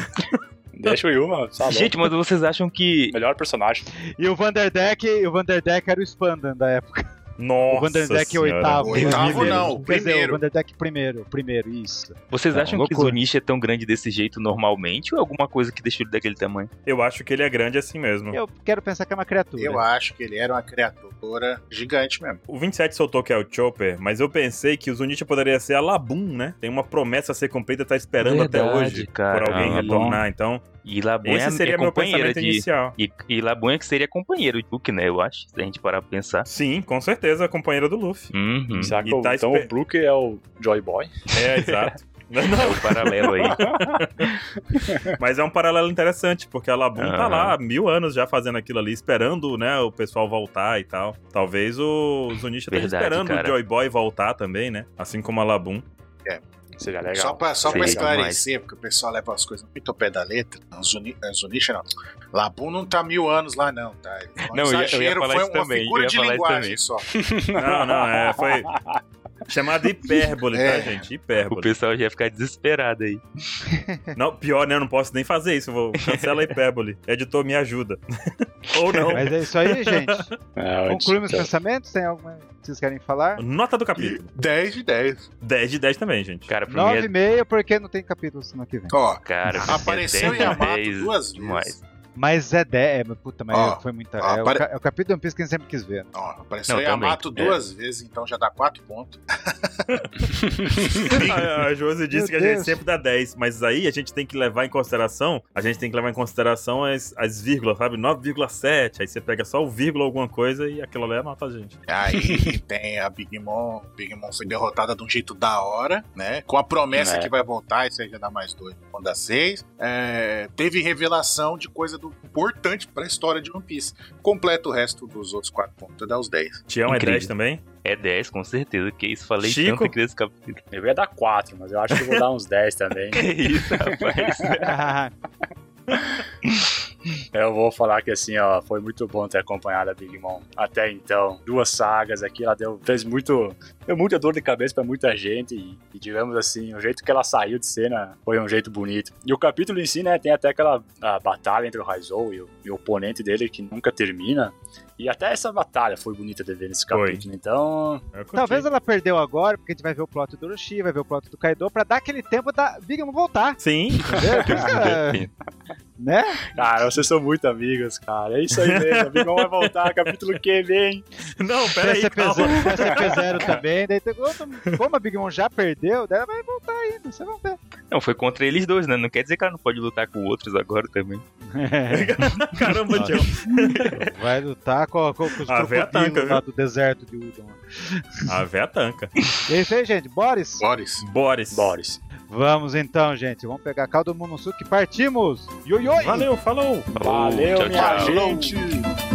Deixa o Yuma, sabe? Gente, mas vocês acham que. melhor personagem. E o Vanderdeck, e o Vanderdeck era o Spandan da época. Nossa o Vanderdeck é o senhora. oitavo. O oitavo Quer não, o dizer, primeiro. o Vanderdeck primeiro, o primeiro, isso. Vocês É uma acham que o loucura. Zunisha é tão grande desse jeito normalmente ou é alguma coisa que deixou ele daquele tamanho? Eu acho que ele é grande assim mesmo. Eu quero pensar que é uma criatura. Eu acho que ele era uma criatura. Dora gigante mesmo. O 27 soltou que é o Chopper, mas eu pensei que o Zunichi poderia ser a Labum, né? Tem uma promessa a ser cumprida, tá esperando até Verdade, hoje cara. por alguém Ah, retornar. Então, E Labum é, esse seria é meu companheira pensamento de. inicial. E, e Labum é que seria companheiro de Duke, né? Eu acho, se a gente parar pra pensar. Sim, com certeza, a companheira do Luffy. Uhum. Será que E o- tá então esper- o Brook é o Joy Boy? <laughs> É, exato. <laughs> Não, não, É o paralelo aí. <laughs> Mas é um paralelo interessante, porque a Labum tá Aham. lá há mil anos já fazendo aquilo ali, esperando, né, o pessoal voltar e tal. Talvez o Zunisha esteja Verdade, esperando cara. o Joy Boy voltar também, né? Assim como a Labum. Seria legal. Só pra, só pra Seria esclarecer, porque o pessoal leva as coisas muito ao pé da letra. Zuni- eh, Zunisha não. Labum não tá mil anos lá, não, tá? Ele foi um Não, eu ia- eu ia falar foi isso uma também, eu figura ia de falar isso linguagem também. só. Não, não, é, <laughs> foi chamada hipérbole, É. tá, gente? o Hipérbole. pessoal já ia ficar desesperado aí. Não, pior, né? Eu não posso nem fazer isso. eu Vou cancela a hipérbole. Editor, me ajuda. <laughs> Ou não. Mas é isso <laughs> aí, gente. um É, Concluímos os então, pensamentos? Tem alguma que vocês querem falar? Nota do capítulo. 10 de 10. 10 de 10 também, gente. Cara, pra mim é. 9,5, porque não tem capítulo semana que vem. Ó, Cara, pra mim é apareceu 10 de Yamato 10 duas demais. vezes. Mas é 10. É, mas puta, mas Ó, foi muita. ó, é, o pare- ca- é o capítulo do One Piece que a gente sempre quis ver. Ó, apareceu Não, também, Yamato é. duas vezes, então já dá 4 pontos. A, a Josi disse que Meu a gente Deus. sempre dá 10, mas aí a gente tem que levar em consideração, a gente tem que levar em consideração as, as vírgulas, sabe? 9,7, aí você pega só o vírgula alguma coisa e aquilo ali é nota, gente. Aí tem a Big Mom. Big Mom foi derrotada de um jeito da hora, né? Com a promessa É. que vai voltar, isso aí já dá mais dois, quando dá seis. É, teve revelação de coisa do, importante pra história de One Piece. Completa o resto dos outros quatro pontos, dá os 10. Tião Incrível. é 10 também? É 10, com certeza. Que isso, falei Chico? tanto aqui nesse capítulo. Eu ia dar 4, mas eu acho que eu vou dar uns 10 <laughs> também. <laughs> Que isso, rapaz. né? <laughs> Eu vou falar que assim, ó, foi muito bom ter acompanhado a Big Mom até então. Duas sagas aqui, ela deu, fez muito, deu muita dor de cabeça pra muita gente e, e digamos assim, o jeito que ela saiu de cena foi um jeito bonito. E o capítulo em si, né, tem até aquela a batalha entre o Raizou e o, e o oponente dele que nunca termina. E até essa batalha foi bonita de ver nesse Foi. capítulo. Então, Eu curti. <laughs> Talvez ela perdeu agora, porque a gente vai ver o plot do Orochi, vai ver o plot do Kaido, pra dar aquele tempo da Big Mom voltar. Sim, <laughs> Entendeu? <laughs> <laughs> Por isso que ela- né? cara, vocês são muito amigos, cara. É isso aí mesmo. A Big Mom vai voltar, capítulo que vem. não, Tem peraí, essa calma. PZ tem essa PZ também. Daí tem, como- como a Big Mom já perdeu, daí ela vai voltar ainda. Você vai ver. Não, foi contra eles dois, né? Não quer dizer que ela não pode lutar com outros agora também. Caramba, Tião. Vai lutar com, com- com os Ah, A véia tanca, crocodilos lá do deserto de Udon. A véia tanca. E é isso aí, gente. Boris, Boris. Boris. Boris. vamos então, gente. Vamos pegar a calda do Monosuke. Partimos! Yo, yo! Valeu, falou. Falou, Valeu, tchau, minha tchau. gente.